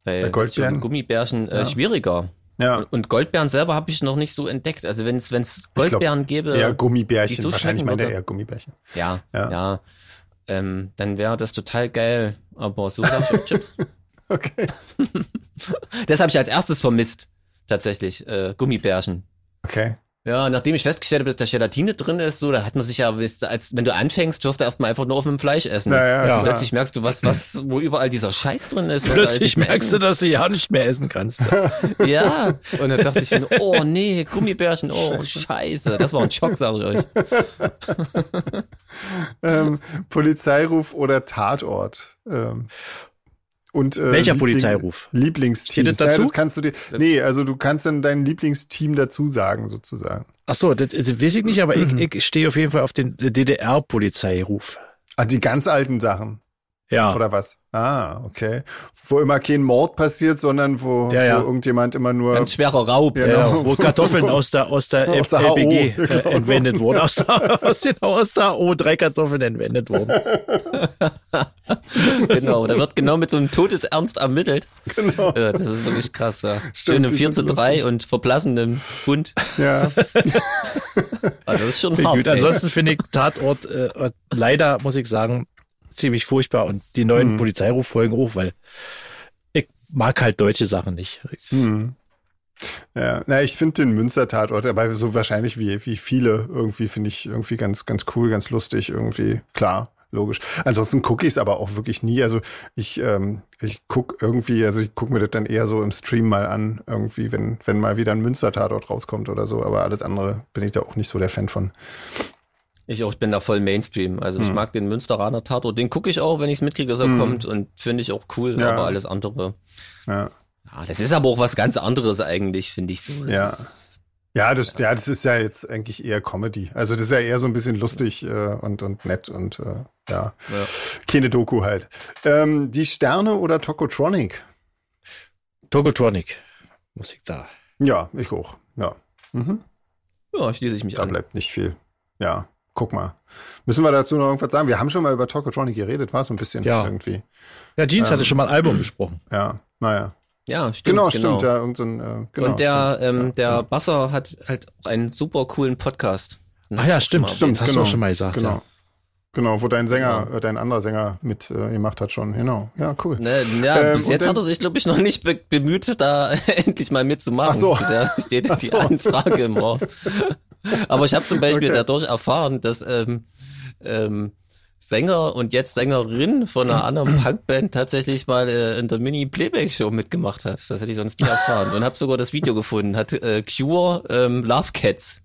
Speaker 3: bei,
Speaker 2: Bei Goldbeeren.
Speaker 3: Gummibärchen äh,
Speaker 2: Ja.
Speaker 3: schwieriger.
Speaker 2: Ja,
Speaker 3: Und, und Goldbeeren selber habe ich noch nicht so entdeckt. Also wenn es
Speaker 2: glaub,
Speaker 3: Goldbeeren gäbe.
Speaker 2: eher
Speaker 3: die
Speaker 2: Gummibärchen.
Speaker 3: so
Speaker 2: Wahrscheinlich
Speaker 3: Äh, schmecken
Speaker 2: meint er
Speaker 3: würde.
Speaker 2: eher Gummibärchen.
Speaker 3: Ja,
Speaker 2: Ja.
Speaker 3: ja. Ähm, dann wäre das total geil. Aber so sag ich auch Chips.
Speaker 2: Okay.
Speaker 3: Das habe ich als erstes vermisst, tatsächlich. Äh, Gummibärchen.
Speaker 2: Okay.
Speaker 3: Ja, nachdem ich festgestellt habe, dass da Gelatine drin ist, so, da hat man sich ja, weißt du, als wenn du anfängst, wirst du erstmal einfach nur auf dem Fleisch essen.
Speaker 2: Naja,
Speaker 1: Ja.
Speaker 2: ja,
Speaker 3: Und
Speaker 2: klar.
Speaker 3: Plötzlich merkst du, was, was, wo überall dieser Scheiß drin ist. was da alles
Speaker 1: Plötzlich
Speaker 3: nicht mehr
Speaker 1: merkst du, dass du ja nicht mehr essen kannst.
Speaker 3: essen- Ja. Und dann dachte ich mir, oh nee, Gummibärchen, oh Scheiße. Das war ein Schock, sage ich euch.
Speaker 2: ähm, Polizeiruf oder Tatort? Ähm, und, äh,
Speaker 1: Welcher Polizeiruf?
Speaker 2: Lieblingsteam.
Speaker 1: Steht das dazu?
Speaker 2: kannst du dir, nee, also du kannst dann dein Lieblingsteam dazu sagen, sozusagen.
Speaker 1: Ach so, das, das weiß ich nicht, aber ich, ich stehe auf jeden Fall auf den DDR-Polizeiruf.
Speaker 2: Ah, die ganz alten Sachen,
Speaker 1: Ja.
Speaker 2: oder was? Ah, okay. Wo immer kein Mord passiert, sondern wo,
Speaker 1: Ja, ja.
Speaker 2: wo irgendjemand immer nur.
Speaker 3: Ganz schwerer Raub.
Speaker 2: Ja,
Speaker 1: Ja,
Speaker 2: Genau.
Speaker 1: äh, wo Kartoffeln aus der, aus der,
Speaker 2: Aus der
Speaker 1: LPG
Speaker 2: HO,
Speaker 1: äh,
Speaker 2: genau.
Speaker 1: entwendet wurden. Aus der, aus, den, aus der O drei Kartoffeln entwendet wurden.
Speaker 3: Genau, da wird genau mit so einem Todesernst ermittelt. Genau. Ja, das ist wirklich krass, ja. Schön im
Speaker 2: die
Speaker 3: 4
Speaker 2: sind
Speaker 3: zu 3 und verblassendem Hund.
Speaker 2: ja.
Speaker 3: Also das ist schon
Speaker 1: Gut,
Speaker 3: hart. ey.
Speaker 1: ansonsten finde ich Tatort äh, leider, muss ich sagen, ziemlich furchtbar und die
Speaker 2: Hm.
Speaker 1: neuen Polizeiruf folgen hoch, weil ich mag halt deutsche Sachen nicht. Ich,
Speaker 2: Hm. Ja, na, ich finde den Münster-Tatort, aber so wahrscheinlich wie, wie viele irgendwie finde ich irgendwie ganz, ganz cool, ganz lustig irgendwie. Klar, logisch. Ansonsten gucke ich es aber auch wirklich nie. Also ich, ähm, ich gucke irgendwie, also ich gucke mir das dann eher so im Stream mal an, irgendwie, wenn, wenn mal wieder ein Münster-Tatort rauskommt oder so. Aber alles andere bin ich da auch nicht so der Fan von.
Speaker 3: Ich auch, ich bin da voll Mainstream. Also
Speaker 2: Hm.
Speaker 3: ich mag den Münsteraner Tatort, den gucke ich auch, wenn ich es mitkriege, dass er kommt und finde ich auch cool,
Speaker 2: Ja.
Speaker 3: aber alles andere.
Speaker 2: Ja.
Speaker 3: Ja, das ist aber auch was ganz anderes eigentlich, finde ich so. Das
Speaker 2: Ja.
Speaker 3: Ist,
Speaker 2: Ja das, ja, das ist ja jetzt eigentlich eher Comedy. Also das ist ja eher so ein bisschen lustig äh, und, und nett und äh, ja.
Speaker 3: Ja.
Speaker 2: keine Doku halt. Ähm, die Sterne oder Tokotronic?
Speaker 1: Tokotronic. Musik da.
Speaker 2: Ja, ich auch. Ja, mhm.
Speaker 3: ja, schließe ich mich
Speaker 2: da
Speaker 3: an.
Speaker 2: bleibt nicht viel. Ja, guck mal. Müssen wir dazu noch irgendwas sagen? Wir haben schon mal über Tokotronic geredet, war so ein bisschen
Speaker 1: Ja.
Speaker 2: irgendwie.
Speaker 1: Ja, Jeans
Speaker 2: Ähm,
Speaker 1: hatte schon mal ein
Speaker 2: hm.
Speaker 1: Album besprochen.
Speaker 2: Ja, naja.
Speaker 3: Ja, stimmt.
Speaker 2: Genau, stimmt. Ja, irgend so ein, äh, genau,
Speaker 3: und der,
Speaker 2: stimmt.
Speaker 3: ähm, der Basser hat halt auch einen super coolen Podcast.
Speaker 2: Ah
Speaker 1: Ach ja, stimmt.
Speaker 2: Stimmt,
Speaker 1: hast
Speaker 2: genau.
Speaker 1: du auch schon mal gesagt.
Speaker 2: Genau.
Speaker 1: Ja.
Speaker 2: Genau, wo dein Sänger, äh, dein anderer Sänger mit äh, gemacht hat schon. Genau. Ja, cool.
Speaker 3: Ne, ja,
Speaker 2: Ähm,
Speaker 3: bis
Speaker 2: und
Speaker 3: jetzt
Speaker 2: dann-
Speaker 3: hat er sich, glaube ich, noch nicht be bemüht, da endlich mal mitzumachen.
Speaker 2: Ach so.
Speaker 3: Bisher steht
Speaker 2: Ach
Speaker 3: die
Speaker 2: so.
Speaker 3: Anfrage im Raum. Aber ich habe zum Beispiel
Speaker 2: Okay.
Speaker 3: dadurch erfahren, dass ähm, ähm, Sänger und jetzt Sängerin von einer anderen Punkband tatsächlich mal äh, in der Mini-Playback-Show mitgemacht hat. Das hätte ich sonst nie erfahren. Und habe sogar das Video gefunden. Hat äh, Cure ähm, Love Cats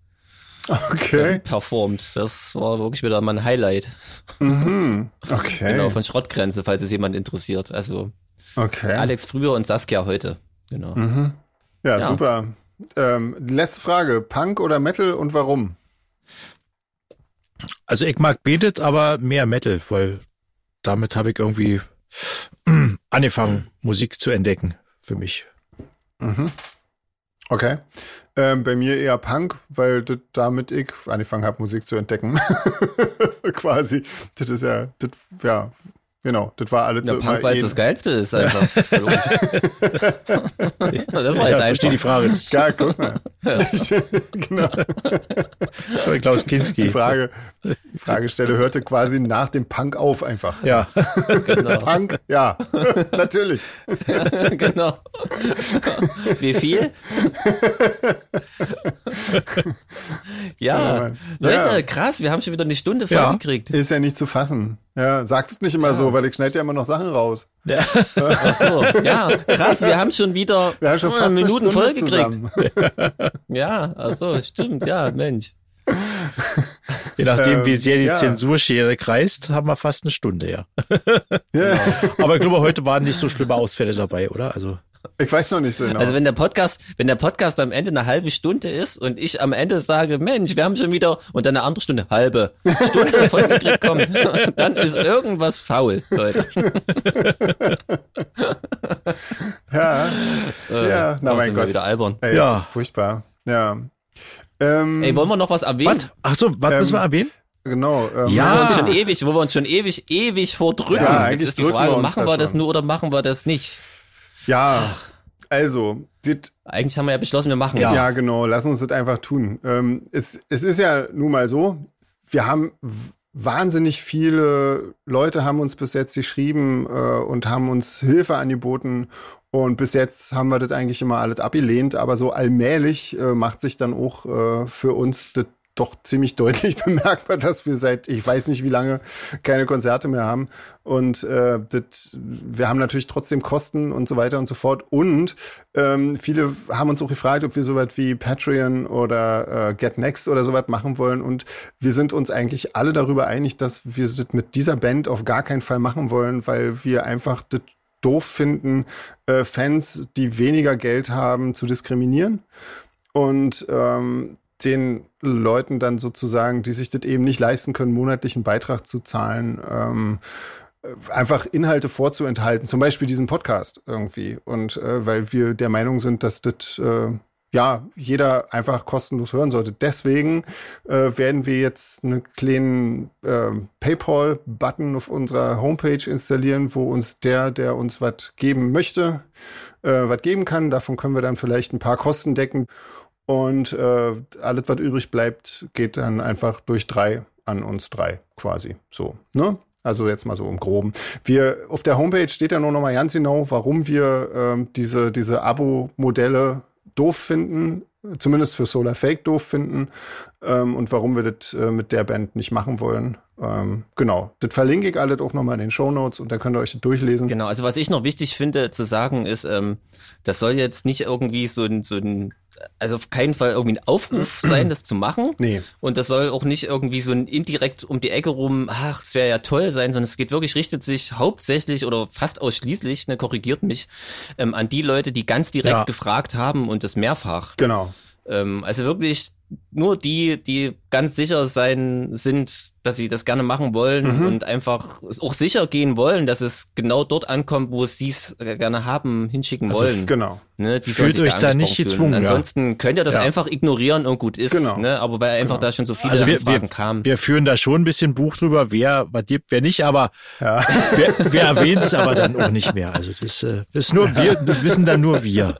Speaker 2: Okay.
Speaker 3: performt. Das war wirklich wieder mein Highlight.
Speaker 2: Mhm. Okay.
Speaker 3: Genau, von Schrottgrenze, falls es jemand interessiert. Also
Speaker 2: okay.
Speaker 3: Alex früher und Saskia heute. Genau.
Speaker 2: ja,
Speaker 3: ja.
Speaker 2: super. Ähm, die letzte Frage. Punk oder Metal und warum?
Speaker 1: Also ich mag Betet, aber mehr Metal, weil damit habe ich irgendwie angefangen, Musik zu entdecken für mich.
Speaker 2: Okay. Ähm, bei mir eher Punk, weil das- damit ich angefangen habe, Musik zu entdecken. Quasi. Das ist ja, das, ja, genau. Das war alles
Speaker 3: Ja,
Speaker 2: so
Speaker 3: Punk,
Speaker 2: immer
Speaker 3: weil es
Speaker 2: eh-
Speaker 3: das Geilste ist einfach. Ist ja logisch. das war jetzt
Speaker 1: ja, verstehe die
Speaker 3: einfach.
Speaker 1: Frage. nicht.
Speaker 2: Ja, guck mal. Ich, genau.
Speaker 1: Von Klaus Kinski.
Speaker 2: Die Frage, Fragestelle hörte quasi nach dem Punk auf einfach.
Speaker 1: Ja,
Speaker 3: Genau.
Speaker 2: Punk, ja, natürlich.
Speaker 3: genau. Wie viel?
Speaker 2: Ja,
Speaker 3: ja.
Speaker 2: Mann.
Speaker 3: Leute,
Speaker 2: Ja.
Speaker 3: krass, wir haben schon wieder eine Stunde voll
Speaker 1: Ja.
Speaker 3: gekriegt.
Speaker 2: Ist ja nicht zu fassen. Ja, sagt es nicht immer so, weil ich schneide ja immer noch Sachen raus.
Speaker 3: Ach so. Ja, krass, wir haben schon wieder Ah,
Speaker 2: Wir haben schon fast
Speaker 3: Minuten
Speaker 2: eine Stunde
Speaker 3: voll gekriegt.
Speaker 2: zusammen.
Speaker 3: Ja, ach so, stimmt, ja, Mensch.
Speaker 1: je nachdem, wie
Speaker 2: Ähm,
Speaker 1: sehr die
Speaker 2: ja.
Speaker 1: Zensurschere kreist, haben wir fast eine Stunde, ja.
Speaker 2: Ja,
Speaker 1: Aber ich glaube, heute waren nicht so schlimme Ausfälle dabei, oder? Also,
Speaker 2: ich weiß noch nicht so genau.
Speaker 3: Also wenn der Podcast, wenn der Podcast am Ende eine halbe Stunde ist und ich am Ende sage, Mensch, wir haben schon wieder und dann eine andere Stunde, halbe Stunde vollgekriegt kommt, dann ist irgendwas faul, Leute.
Speaker 2: ja,
Speaker 3: Äh,
Speaker 2: Ja, na,
Speaker 3: dann
Speaker 2: mein
Speaker 3: sind wir
Speaker 2: Gott.
Speaker 3: Wieder albern.
Speaker 2: ey,
Speaker 1: Ja.
Speaker 2: das ist furchtbar. Ja. Ähm,
Speaker 3: Ey, wollen wir noch was erwähnen?
Speaker 1: was? Ach so, was
Speaker 2: Ähm,
Speaker 1: müssen wir erwähnen?
Speaker 2: genau. Ähm,
Speaker 1: Ja.
Speaker 3: Wo wir uns schon ewig, wo wir uns schon ewig, ewig vordrücken.
Speaker 2: Ja,
Speaker 3: Jetzt
Speaker 2: eigentlich
Speaker 3: ist die
Speaker 2: drücken
Speaker 3: Frage,
Speaker 2: wir uns
Speaker 3: machen wir das
Speaker 2: davon.
Speaker 3: nur oder machen wir das nicht?
Speaker 2: ja. Also, das
Speaker 3: Eigentlich haben wir ja beschlossen, wir machen
Speaker 1: Ja.
Speaker 3: es.
Speaker 2: Ja, genau. Lass uns das einfach tun. Ähm, es, es ist ja nun mal so, wir haben w- wahnsinnig viele Leute haben uns bis jetzt geschrieben äh, und haben uns Hilfe angeboten. Und bis jetzt haben wir das eigentlich immer alles abgelehnt. Aber so allmählich äh, macht sich dann auch äh, für uns das doch ziemlich deutlich bemerkbar, dass wir seit ich weiß nicht wie lange keine Konzerte mehr haben. Und äh, das, wir haben natürlich trotzdem Kosten und so weiter und so fort. Und ähm, viele haben uns auch gefragt, ob wir sowas wie Patreon oder äh, Get Next oder sowas machen wollen. Und wir sind uns eigentlich alle darüber einig, dass wir das mit dieser Band auf gar keinen Fall machen wollen, weil wir einfach das doof finden, äh, Fans, die weniger Geld haben, zu diskriminieren und ähm, den Leuten dann sozusagen, die sich das eben nicht leisten können, monatlichen Beitrag zu zahlen, ähm, einfach Inhalte vorzuenthalten, zum Beispiel diesen Podcast irgendwie. Und äh, weil wir der Meinung sind, dass das äh, ja jeder einfach kostenlos hören sollte. Deswegen äh, werden wir jetzt einen kleinen äh, PayPal-Button auf unserer Homepage installieren, wo uns der, der uns was geben möchte, äh, was geben kann. Davon können wir dann vielleicht ein paar Kosten decken. Und äh, alles, was übrig bleibt, geht dann einfach durch drei an uns drei quasi. So, ne? Also jetzt mal so im Groben. Wir, auf der Homepage steht ja nur noch mal ganz genau, warum wir ähm, diese, diese Abo-Modelle doof finden, zumindest für Solar Fake doof finden ähm, und warum wir das äh, mit der Band nicht machen wollen. Ähm, genau, das verlinke ich alles auch noch mal in den Show Notes und da könnt ihr euch das durchlesen.
Speaker 3: Genau, also was ich noch wichtig finde zu sagen ist, ähm, das soll jetzt nicht irgendwie so ein, so ein also auf keinen Fall irgendwie ein Aufruf sein, das zu machen.
Speaker 2: Nee.
Speaker 3: Und das soll auch nicht irgendwie so ein indirekt um die Ecke rum, ach, es wäre ja toll sein, sondern es geht wirklich, richtet sich hauptsächlich oder fast ausschließlich, ne, korrigiert mich, ähm, an die Leute, die ganz direkt
Speaker 1: Ja.
Speaker 3: gefragt haben und das mehrfach.
Speaker 2: Genau.
Speaker 3: Ähm, also wirklich nur die, die ganz sicher sein sind, dass sie das gerne machen
Speaker 1: Mhm.
Speaker 3: wollen und einfach es auch sicher gehen wollen, dass es genau dort ankommt, wo sie es äh, gerne haben, hinschicken
Speaker 1: Also
Speaker 3: wollen.
Speaker 2: Genau.
Speaker 3: Ne, die
Speaker 1: Fühlt
Speaker 3: sollen sich
Speaker 1: euch da nicht
Speaker 3: angesprochen
Speaker 1: gezwungen,
Speaker 3: fühlen.
Speaker 1: ja.
Speaker 3: Ansonsten könnt ihr das
Speaker 1: Ja.
Speaker 3: einfach ignorieren und gut ist.
Speaker 2: Genau.
Speaker 3: Ne? Aber weil einfach da schon so viele
Speaker 1: Also wir,
Speaker 3: Anfragen
Speaker 1: wir,
Speaker 3: kamen.
Speaker 1: wir führen da schon ein bisschen Buch drüber, wer was gibt, wer nicht, aber wer, wer erwähnt es aber dann auch nicht mehr. Also das, äh, das ist nur wir, das wissen dann nur wir.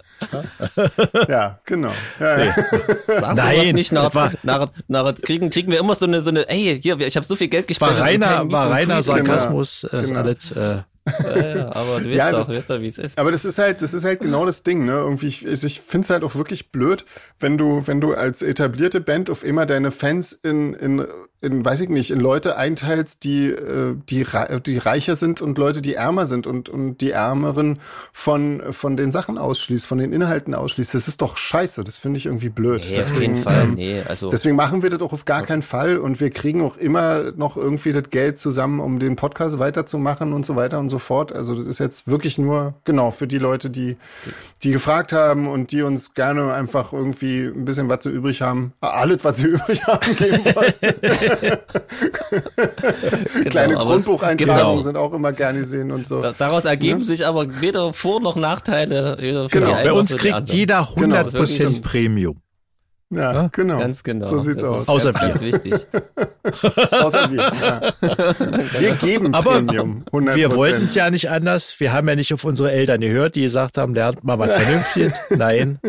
Speaker 2: Ja, genau. Ja, ja.
Speaker 3: Sagst du
Speaker 1: Nein,
Speaker 3: was nicht,
Speaker 1: das war-
Speaker 3: Narad, Narad, Narad, kriegen, kriegen wir immer so eine, so eine, ey, hier, ich habe so viel Geld gespart.
Speaker 1: War reiner, war reiner Sarkasmus, äh, ist
Speaker 2: Genau.
Speaker 1: alles. Äh,
Speaker 3: Ja, ja, aber du weißt
Speaker 2: Ja,
Speaker 3: doch,
Speaker 2: das-
Speaker 3: du weißt doch, wie es ist.
Speaker 2: Aber das ist halt, das ist halt genau das Ding, ne? Irgendwie, ich, also ich finde es halt auch wirklich blöd, wenn du, wenn du als etablierte Band auf immer deine Fans in, in, in weiß ich nicht, in Leute einteilst, die, äh, die, rei- die reicher sind und Leute, die ärmer sind und, und die Ärmeren von, von den Sachen ausschließt, von den Inhalten ausschließt. Das ist doch scheiße. Das finde ich irgendwie blöd.
Speaker 3: Nee, auf jeden Fall. Nee, also.
Speaker 2: Deswegen machen wir ähm, das auch auf gar keinen Fall und wir kriegen auch immer noch irgendwie das Geld zusammen, um den Podcast weiterzumachen und so weiter und so fort. Also das ist jetzt wirklich nur genau für die Leute, die die gefragt haben und die uns gerne einfach irgendwie ein bisschen was zu übrig haben, äh, alles was sie übrig haben geben wollen.
Speaker 3: genau,
Speaker 2: Kleine
Speaker 3: aber es-
Speaker 2: Grundbucheintragungen
Speaker 3: genau.
Speaker 2: sind auch immer gerne gesehen und so.
Speaker 3: Da- Daraus ergeben sich aber weder Vor- noch Nachteile. Weder für
Speaker 2: Genau.
Speaker 3: die
Speaker 2: Bei
Speaker 3: einen
Speaker 1: bei
Speaker 3: noch
Speaker 1: uns
Speaker 3: für die
Speaker 1: kriegt
Speaker 3: anderen.
Speaker 1: jeder
Speaker 2: Genau, das
Speaker 1: 100%
Speaker 2: ist wirklich so.
Speaker 1: Premium.
Speaker 2: ja, genau.
Speaker 3: Ganz genau.
Speaker 2: So sieht's
Speaker 3: Das
Speaker 2: aus.
Speaker 3: ist
Speaker 1: Außer
Speaker 3: ganz, ganz wichtig.
Speaker 2: Außer wir. Ja. Wir geben
Speaker 1: Aber
Speaker 2: Premium 100%.
Speaker 1: Wir wollten es ja nicht anders. Wir haben ja nicht auf unsere Eltern gehört, die gesagt haben, lernt mal was Vernünftiges. Nein,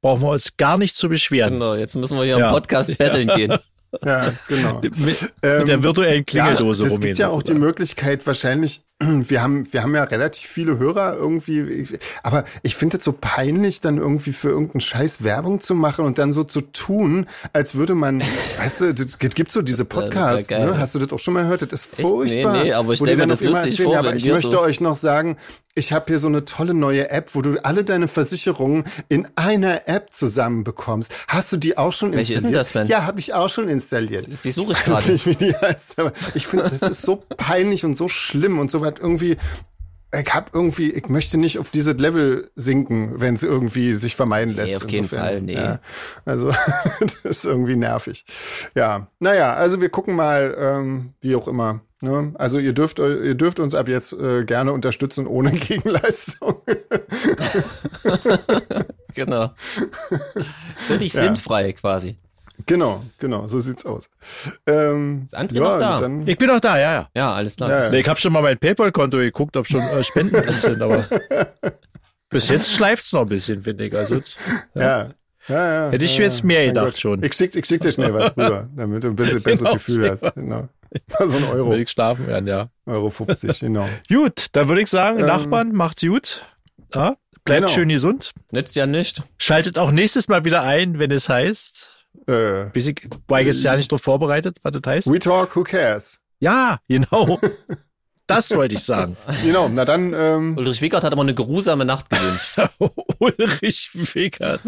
Speaker 1: brauchen wir uns gar nicht zu beschweren.
Speaker 3: Genau, jetzt müssen wir hier
Speaker 1: Ja.
Speaker 3: am Podcast battlen gehen.
Speaker 2: Ja, genau.
Speaker 1: Mit,
Speaker 2: Ähm,
Speaker 1: mit der virtuellen Klingeldose
Speaker 2: ja, Es
Speaker 1: rumgehen
Speaker 2: gibt ja auch die
Speaker 1: sozusagen.
Speaker 2: Möglichkeit, wahrscheinlich, wir haben, wir haben ja relativ viele Hörer irgendwie, ich- aber ich finde es so peinlich, dann irgendwie für irgendeinen Scheiß Werbung zu machen und dann so zu tun, als würde man, weißt du, das gibt gibt so diese
Speaker 3: wär
Speaker 2: Podcasts,
Speaker 3: geil.
Speaker 2: ne? Hast du das auch schon mal gehört? Das ist furchtbar.
Speaker 3: Nee, nee, aber ich
Speaker 2: Wo die
Speaker 3: stell mir
Speaker 2: dann
Speaker 3: das
Speaker 2: auf immer
Speaker 3: lustig
Speaker 2: erzählen,
Speaker 3: vor,
Speaker 2: ja, Aber
Speaker 3: wenn
Speaker 2: ich
Speaker 3: wir
Speaker 2: möchte
Speaker 3: so-
Speaker 2: euch noch sagen, ich habe hier so eine tolle neue App, wo du alle deine Versicherungen in einer App zusammenbekommst. Hast du die auch schon
Speaker 3: Welche ist denn
Speaker 2: installiert?
Speaker 3: das denn?
Speaker 2: Ja, habe ich auch schon installiert.
Speaker 3: Die suche ich
Speaker 2: Ich weiß
Speaker 3: gerade.
Speaker 2: nicht, wie die heißt, aber ich finde, das ist so peinlich und so schlimm und so weit irgendwie. Ich hab irgendwie, ich möchte nicht auf dieses Level sinken, wenn es irgendwie sich vermeiden lässt.
Speaker 3: auf jeden Fall, nee.
Speaker 2: Ja. Also, das ist irgendwie nervig. Ja, naja, also wir gucken mal, eu, wie auch immer. Ne? Also ihr dürft, eu- ihr dürft uns ab jetzt äh, gerne unterstützen ohne Gegenleistung.
Speaker 3: Genau. Völlig
Speaker 2: Ja.
Speaker 3: sinnfrei quasi.
Speaker 2: genau, genau, so sieht's aus. Ähm,
Speaker 3: Ist André noch da?
Speaker 2: Dann,
Speaker 1: Ich bin auch da, ja, ja.
Speaker 3: Ja, alles klar.
Speaker 2: Ja, ja.
Speaker 1: Nee, ich habe schon mal mein PayPal-Konto geguckt, ob schon äh, Spenden drin sind, aber bis jetzt schleift's noch ein bisschen, finde ich. Also,
Speaker 2: ja. Ja, ja,
Speaker 1: Hätte ich
Speaker 2: ja,
Speaker 1: jetzt mehr
Speaker 2: Mein
Speaker 1: gedacht
Speaker 2: Gott.
Speaker 1: schon.
Speaker 2: Ich schick, ich schick dir schnell was drüber, damit du ein bisschen besseres
Speaker 1: Genau,
Speaker 2: Gefühl hast. Genau. Mal so ein
Speaker 1: will
Speaker 2: Euro,
Speaker 1: ich schlafen werden, ja.
Speaker 2: Euro 50, genau.
Speaker 1: Gut, dann würde ich sagen,
Speaker 2: Ähm,
Speaker 1: Nachbarn, macht's gut. Ja, bleibt
Speaker 2: genau.
Speaker 1: schön gesund.
Speaker 3: Nützt ja nicht.
Speaker 1: Schaltet auch nächstes Mal wieder ein, wenn es heißt.
Speaker 2: Äh,
Speaker 1: Bis ich, war ich jetzt ja nicht drauf vorbereitet, was das heißt.
Speaker 2: we talk, who cares?
Speaker 1: Ja, genau. Das wollte ich sagen.
Speaker 2: Genau, na dann, ähm,
Speaker 3: Ulrich Wickert hat aber eine geruhsame Nacht gewünscht.
Speaker 1: Ulrich Wickert.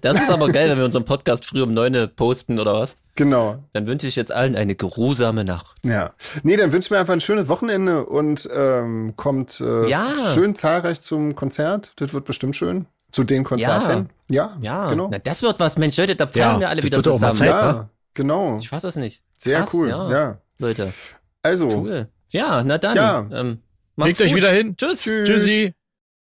Speaker 3: Das ist aber geil, wenn wir unseren Podcast früh um neun posten oder was.
Speaker 2: genau.
Speaker 3: Dann wünsche ich jetzt allen eine geruhsame Nacht.
Speaker 2: Ja. Nee, dann wünschen wir einfach ein schönes Wochenende und ähm, kommt äh,
Speaker 3: Ja.
Speaker 2: schön zahlreich zum Konzert. Das wird bestimmt schön. Zu den Konzerten. Ja,
Speaker 3: Ja,
Speaker 2: genau.
Speaker 3: na, das wird was. Mensch, Leute, da fallen
Speaker 1: Ja,
Speaker 3: wir alle
Speaker 1: das
Speaker 3: wieder
Speaker 1: wird auch mal
Speaker 3: zusammen.
Speaker 1: Zeit.
Speaker 2: ja, genau.
Speaker 3: Ich fass das nicht.
Speaker 2: Sehr
Speaker 3: Krass,
Speaker 2: cool.
Speaker 3: ja.
Speaker 2: Ja.
Speaker 3: Leute,
Speaker 2: Also,
Speaker 1: Oh.
Speaker 3: cool. Ja, na dann.
Speaker 2: Ja.
Speaker 3: Ähm, macht's
Speaker 1: Legt euch
Speaker 3: gut.
Speaker 1: wieder hin.
Speaker 3: Tschüss.
Speaker 2: Tschüss.
Speaker 1: Tschüssi.